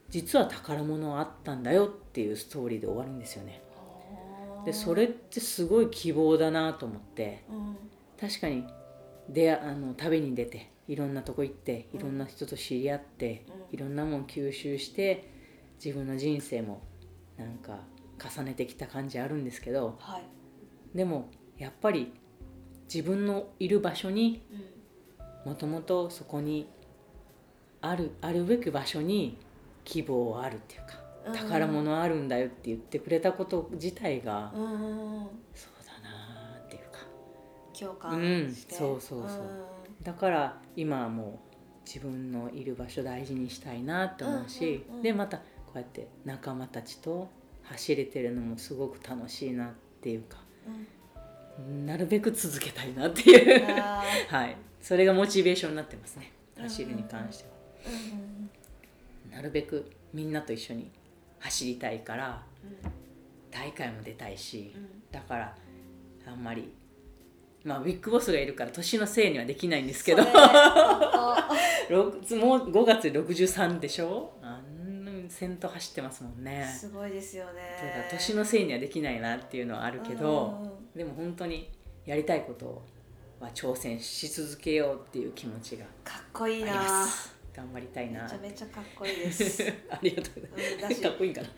[SPEAKER 2] 実は宝物があったんだよっていうストーリーで終わるんですよね。
[SPEAKER 1] あー
[SPEAKER 2] でそれってすごい希望だなと思って
[SPEAKER 1] うん
[SPEAKER 2] 確かに出会あの旅に出ていろんなとこ行って
[SPEAKER 1] うん
[SPEAKER 2] いろんな人と知り合って、
[SPEAKER 1] うん
[SPEAKER 2] いろんなもん吸収して自分の人生もなんか重ねてきた感じあるんですけど
[SPEAKER 1] はい
[SPEAKER 2] でもやっぱり自分のいる場所に
[SPEAKER 1] うん
[SPEAKER 2] もともとそこにあるあるべき場所に希望はあるっていうか
[SPEAKER 1] うん
[SPEAKER 2] 宝物あるんだよって言ってくれたこと自体が、
[SPEAKER 1] うんうんうん
[SPEAKER 2] そうだなーっていうか
[SPEAKER 1] 共感して、
[SPEAKER 2] うんそうそうそうんだから今はもう自分のいる場所大事にしたいなって思うし、
[SPEAKER 3] うんうんうん
[SPEAKER 2] でまたこうやって仲間たちと走れてるのもすごく楽しいなっていうかなるべく続けたいなっていう
[SPEAKER 3] あー
[SPEAKER 2] はいそれがモチベーションになってますね走るに関しては、
[SPEAKER 3] うんうん
[SPEAKER 2] なるべくみんなと一緒に走りたいから大会も出たいし、だからあんまりまあビッグボスがいるから年のせいにはできないんですけど
[SPEAKER 3] それ本
[SPEAKER 2] 6もう5月で63でしょあんな先頭走ってますもん
[SPEAKER 3] 当
[SPEAKER 2] ね
[SPEAKER 3] すごいですよ
[SPEAKER 2] だから
[SPEAKER 3] ね
[SPEAKER 2] 年のせいにはできないなっていうのはあるけど、
[SPEAKER 3] うんうんうん
[SPEAKER 2] でも本当にやりたいことは挑戦し続けようっていう気持ちが
[SPEAKER 3] かっこいい
[SPEAKER 2] あり
[SPEAKER 3] な
[SPEAKER 2] ます頑張りたい
[SPEAKER 3] め
[SPEAKER 2] な
[SPEAKER 3] ちゃめちゃかっこいいです
[SPEAKER 2] ありがとうございま
[SPEAKER 3] うんだ
[SPEAKER 2] す
[SPEAKER 3] し
[SPEAKER 2] かっこいいんかな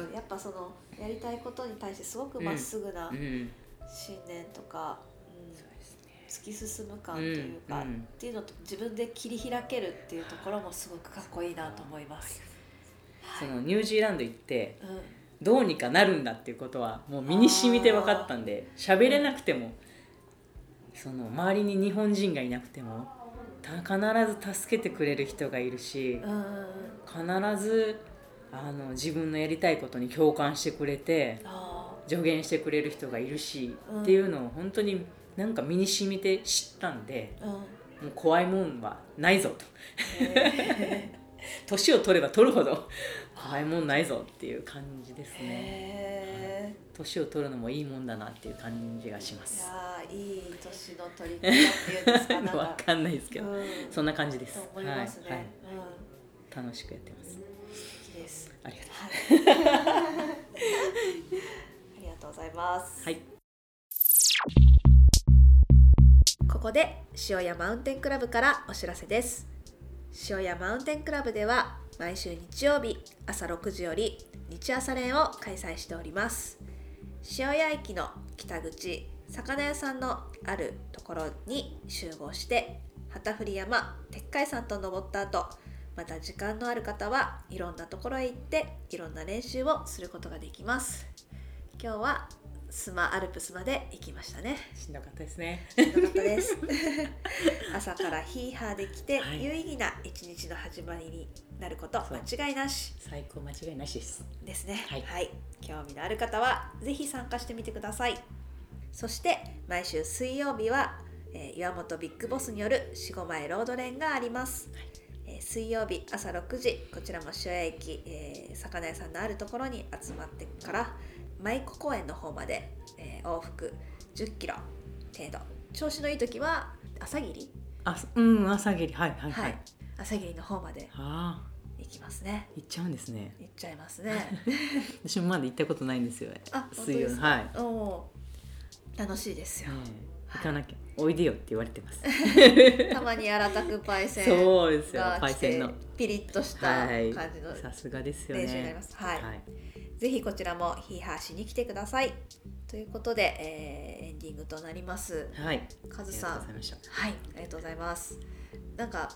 [SPEAKER 3] うんやっぱそのやりたいことに対してすごくまっすぐな
[SPEAKER 2] うん
[SPEAKER 3] 信念とか、うん
[SPEAKER 2] そうですね
[SPEAKER 3] 突き進む感というか、
[SPEAKER 2] うんうん
[SPEAKER 3] っていうのと自分で切り開けるっていうところもすごくかっこいいなと思います。
[SPEAKER 2] そのニュージーランド行って
[SPEAKER 3] うん、
[SPEAKER 2] どうにかなるんだっていうことはもう身に染みて分かったんで喋れなくてもその周りに日本人がいなくてもた必ず助けてくれる人がいるし
[SPEAKER 3] うんうんうん、
[SPEAKER 2] 必ずあの自分のやりたいことに共感してくれて
[SPEAKER 3] あ
[SPEAKER 2] 助言してくれる人がいるし
[SPEAKER 3] うん
[SPEAKER 2] っていうのを本当になんか身に染みて知ったんで
[SPEAKER 3] ー、うん、
[SPEAKER 2] もう怖いもんはないぞと
[SPEAKER 3] へ
[SPEAKER 2] 年を取れば取るほど怖いもんないぞっていう感じです
[SPEAKER 3] ー
[SPEAKER 2] ね。
[SPEAKER 3] へ
[SPEAKER 2] 年を取るのもいいもんだなっていう感じがしま
[SPEAKER 3] ー、い
[SPEAKER 2] す。
[SPEAKER 3] やーいい年の取り方っていうんですか、なん
[SPEAKER 2] わ
[SPEAKER 3] か、
[SPEAKER 2] かんないですけ
[SPEAKER 3] う
[SPEAKER 2] ど、
[SPEAKER 3] ん、
[SPEAKER 2] そんな感じです
[SPEAKER 3] と。思いますね。
[SPEAKER 2] はい、はい、
[SPEAKER 3] うん、
[SPEAKER 2] 楽しくやってます。
[SPEAKER 3] 素敵です。
[SPEAKER 2] ありがとう。
[SPEAKER 3] はい ありがとうございます。
[SPEAKER 2] はい。
[SPEAKER 1] ここで塩屋マウンテンクラブからお知らせです塩屋マウンテンクラブでは毎週日曜日朝6時より日朝練を開催しております塩屋駅の北口魚屋さんのあるところに集合して旗振山鉄海山と登った後また時間のある方はいろんなところへ行っていろんな練習をすることができます今日はスマアルプスまで行きましたね
[SPEAKER 2] しんどかったですね。
[SPEAKER 1] しんどかったです 朝からヒーハーできて、
[SPEAKER 2] はい
[SPEAKER 1] 有意義な一日の始まりになること
[SPEAKER 2] そう
[SPEAKER 1] 間違いなし
[SPEAKER 2] 最高間違いなしです。
[SPEAKER 1] ですね
[SPEAKER 2] はい
[SPEAKER 1] 興味のある方はぜひ参加してみてくださいそして毎週水曜日は、えー岩本ビッグボスによる四五前ロード連があります、
[SPEAKER 2] はい
[SPEAKER 1] えー水曜日朝6時こちらも塩屋駅、えー魚屋さんのあるところに集まってから舞子公園の方まで、えー往復1 0キロ程度調子のいい時は朝霧、
[SPEAKER 2] あ、うん、朝霧、はい、はい、は
[SPEAKER 1] はいい。朝霧の方まで
[SPEAKER 2] ああ、
[SPEAKER 1] 行きますね
[SPEAKER 2] 行っちゃうんですね。
[SPEAKER 1] 行っちゃいます ね
[SPEAKER 2] 私もまだ行ったことないんですよ。
[SPEAKER 1] あ
[SPEAKER 2] 水曜
[SPEAKER 1] 本当です
[SPEAKER 2] の、
[SPEAKER 1] か
[SPEAKER 2] はい。ね
[SPEAKER 1] おー楽しいですよ、
[SPEAKER 2] え行かなきゃ、おいでよって言われて ます。
[SPEAKER 1] たまに新たくパイセン
[SPEAKER 2] そうですよ
[SPEAKER 1] が、
[SPEAKER 2] パ
[SPEAKER 1] 来
[SPEAKER 2] イセ
[SPEAKER 1] て
[SPEAKER 2] ンの。
[SPEAKER 1] ピリッとした
[SPEAKER 2] はい
[SPEAKER 1] 感じの
[SPEAKER 2] さすがですよ
[SPEAKER 1] 練習になり
[SPEAKER 2] ね
[SPEAKER 1] ま。す。はい、
[SPEAKER 2] はい。
[SPEAKER 1] ぜひこちらもヒーハーしに来てください。ということで、えーエンディングとなります。
[SPEAKER 2] はい。
[SPEAKER 1] カ
[SPEAKER 2] あ
[SPEAKER 1] ズ
[SPEAKER 2] りがと
[SPEAKER 1] さ
[SPEAKER 2] うござ
[SPEAKER 1] ん、
[SPEAKER 2] いました。
[SPEAKER 1] はい、ありがとうございます。なんか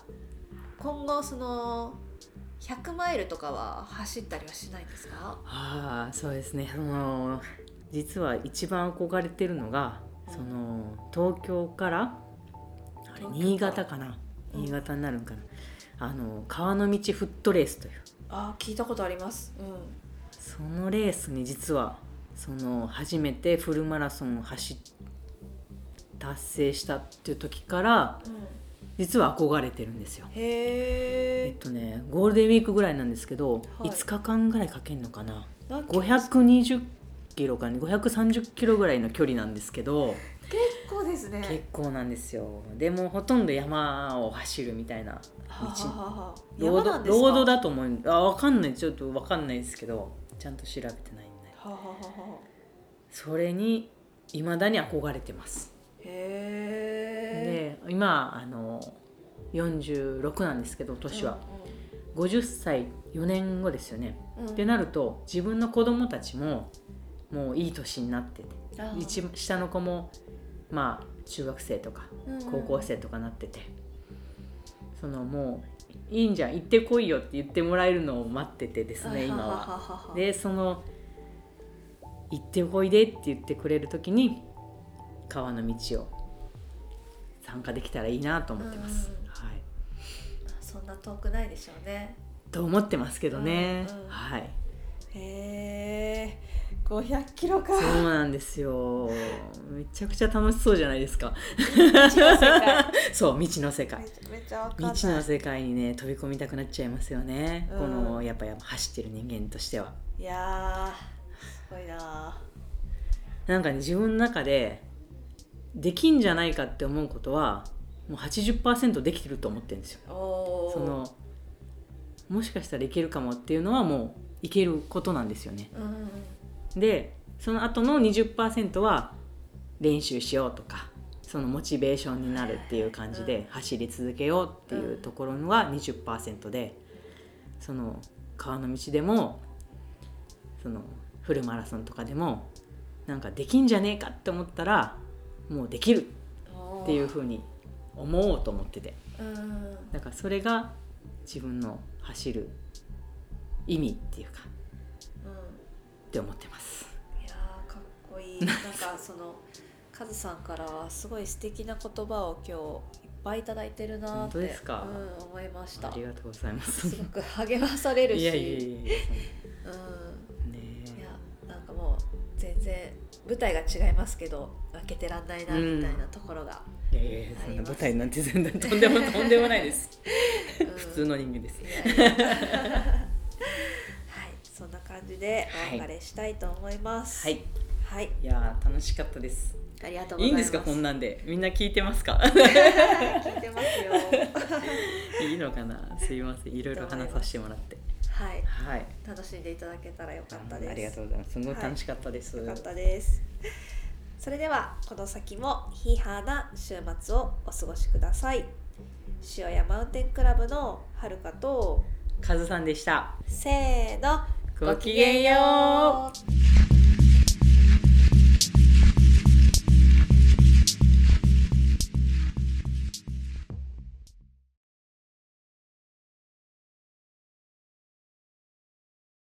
[SPEAKER 1] 今後その100マイルとかは走ったりはしないんですか？
[SPEAKER 2] ああそうですねその実は一番憧れてるのが、
[SPEAKER 1] うん
[SPEAKER 2] その東京から
[SPEAKER 1] 東京
[SPEAKER 2] あれ
[SPEAKER 1] から
[SPEAKER 2] 新潟かな
[SPEAKER 1] うん
[SPEAKER 2] 新潟になるんかな、あの川の道フットレースという
[SPEAKER 1] あ、聞いたことあります。うん。
[SPEAKER 2] そのレースに実はその初めてフルマラソンを走っ達成したっていう時から
[SPEAKER 1] うん、
[SPEAKER 2] 実は憧れてるんですよ。
[SPEAKER 1] へ
[SPEAKER 2] え
[SPEAKER 1] え。
[SPEAKER 2] っとねゴールデンウィークぐらいなんですけど、
[SPEAKER 1] はい
[SPEAKER 2] 5日間ぐらいかけるのかな。
[SPEAKER 1] なんか
[SPEAKER 2] 520キロかね530キロぐらいの距離なんですけど
[SPEAKER 3] 結構です
[SPEAKER 2] 結
[SPEAKER 3] ね。
[SPEAKER 2] 構なんですよでもほとんど山を走るみたいな
[SPEAKER 3] はははは
[SPEAKER 2] ロー
[SPEAKER 3] 山
[SPEAKER 2] ド
[SPEAKER 3] なんですか
[SPEAKER 2] ロードだと思うあ分かんないちょっと分かんないですけどちゃんと調べてないんで
[SPEAKER 3] はははは。
[SPEAKER 2] それに未だに憧れてます
[SPEAKER 3] へえ。
[SPEAKER 2] で今あの46なんですけど年は、50歳4年後ですよね
[SPEAKER 3] うんうん。
[SPEAKER 2] ってなると自分の子供たちももういい年になってて
[SPEAKER 3] あー
[SPEAKER 2] 一番下の子もまあ中学生とか高校生とかなってて、そのもういいんじゃん行ってこいよって言ってもらえるのを待っててですね今は。
[SPEAKER 3] は
[SPEAKER 2] でその行ってこいでって言ってくれる時に川の道を参加できたらいいなと思ってます。
[SPEAKER 3] うん
[SPEAKER 2] はい、
[SPEAKER 4] そんな遠くないでしょうね
[SPEAKER 2] と思ってますけどね、
[SPEAKER 4] うんうん
[SPEAKER 2] はい
[SPEAKER 1] へえ500キロか
[SPEAKER 2] そうなんですよめちゃくちゃ楽しそうじゃないですか
[SPEAKER 1] 未知の世界
[SPEAKER 2] そう未知の世界
[SPEAKER 1] めちゃめちゃわかんない
[SPEAKER 2] 未知の世界にね飛び込みたくなっちゃいますよね、
[SPEAKER 1] うん
[SPEAKER 2] このやっぱやっぱ走ってる人間としてはい
[SPEAKER 1] やーすごいな
[SPEAKER 2] なんかね自分の中でできんじゃないかって思うことはもう80%できてると思ってるんですよ
[SPEAKER 1] ーおお
[SPEAKER 2] そのもしかしたらいけるかもっていうのはもういけることなんですよね
[SPEAKER 1] うんうん
[SPEAKER 2] でその後の20%は練習しようとかそのモチベーションになるっていう感じで走り続けようっていうところは20%でその川の道でもそのフルマラソンとかでもなんかできんじゃねえかって思ったらもうできる
[SPEAKER 1] おー
[SPEAKER 2] っていうふうに思おうと思ってて
[SPEAKER 1] うん
[SPEAKER 2] だからそれが自分の走る意味っていうか
[SPEAKER 1] うん
[SPEAKER 2] って思ってます。
[SPEAKER 1] いやーかっこいい なんかそのカズさんからはすごい素敵な言葉を今日いっぱいいただいてるなーって
[SPEAKER 2] 本当ですか
[SPEAKER 1] うん、思いました
[SPEAKER 2] ありがとうございます。
[SPEAKER 1] すごく励まされるし
[SPEAKER 2] いやいやいやいや
[SPEAKER 1] う
[SPEAKER 2] ね
[SPEAKER 1] ん、いやなんかもう全然舞台が違いますけど負けてらんないな
[SPEAKER 2] うん
[SPEAKER 1] みたいなところが、
[SPEAKER 2] いやいやいや
[SPEAKER 1] あ
[SPEAKER 2] そん
[SPEAKER 1] り
[SPEAKER 2] な
[SPEAKER 1] ます
[SPEAKER 2] 舞台なんて全然とんでもとんでもないです
[SPEAKER 1] うん
[SPEAKER 2] 普通の人間です
[SPEAKER 1] いやいや はいそんな感じでお別れしたいと思います
[SPEAKER 2] はい
[SPEAKER 1] はい、
[SPEAKER 2] いやー楽しかったです
[SPEAKER 4] ありがとうござ
[SPEAKER 2] いい
[SPEAKER 4] い
[SPEAKER 2] ん
[SPEAKER 4] ます
[SPEAKER 2] ですかこんなんでみんな聞いてますか
[SPEAKER 1] 聞いてますよ
[SPEAKER 2] いいのかなすいませんいろいろ話させてもらって
[SPEAKER 1] はい
[SPEAKER 2] はい
[SPEAKER 1] 楽しんでいただけたらよかった
[SPEAKER 2] あ
[SPEAKER 1] です
[SPEAKER 2] ありがとうございますすごい楽しかったです、
[SPEAKER 1] よかったです。それではこの先もヒーハーな週末をお過ごしください。塩屋マウンテンクラブのはるかと
[SPEAKER 2] カズさんでした
[SPEAKER 1] せーの
[SPEAKER 2] ごきげんよ
[SPEAKER 1] う
[SPEAKER 2] う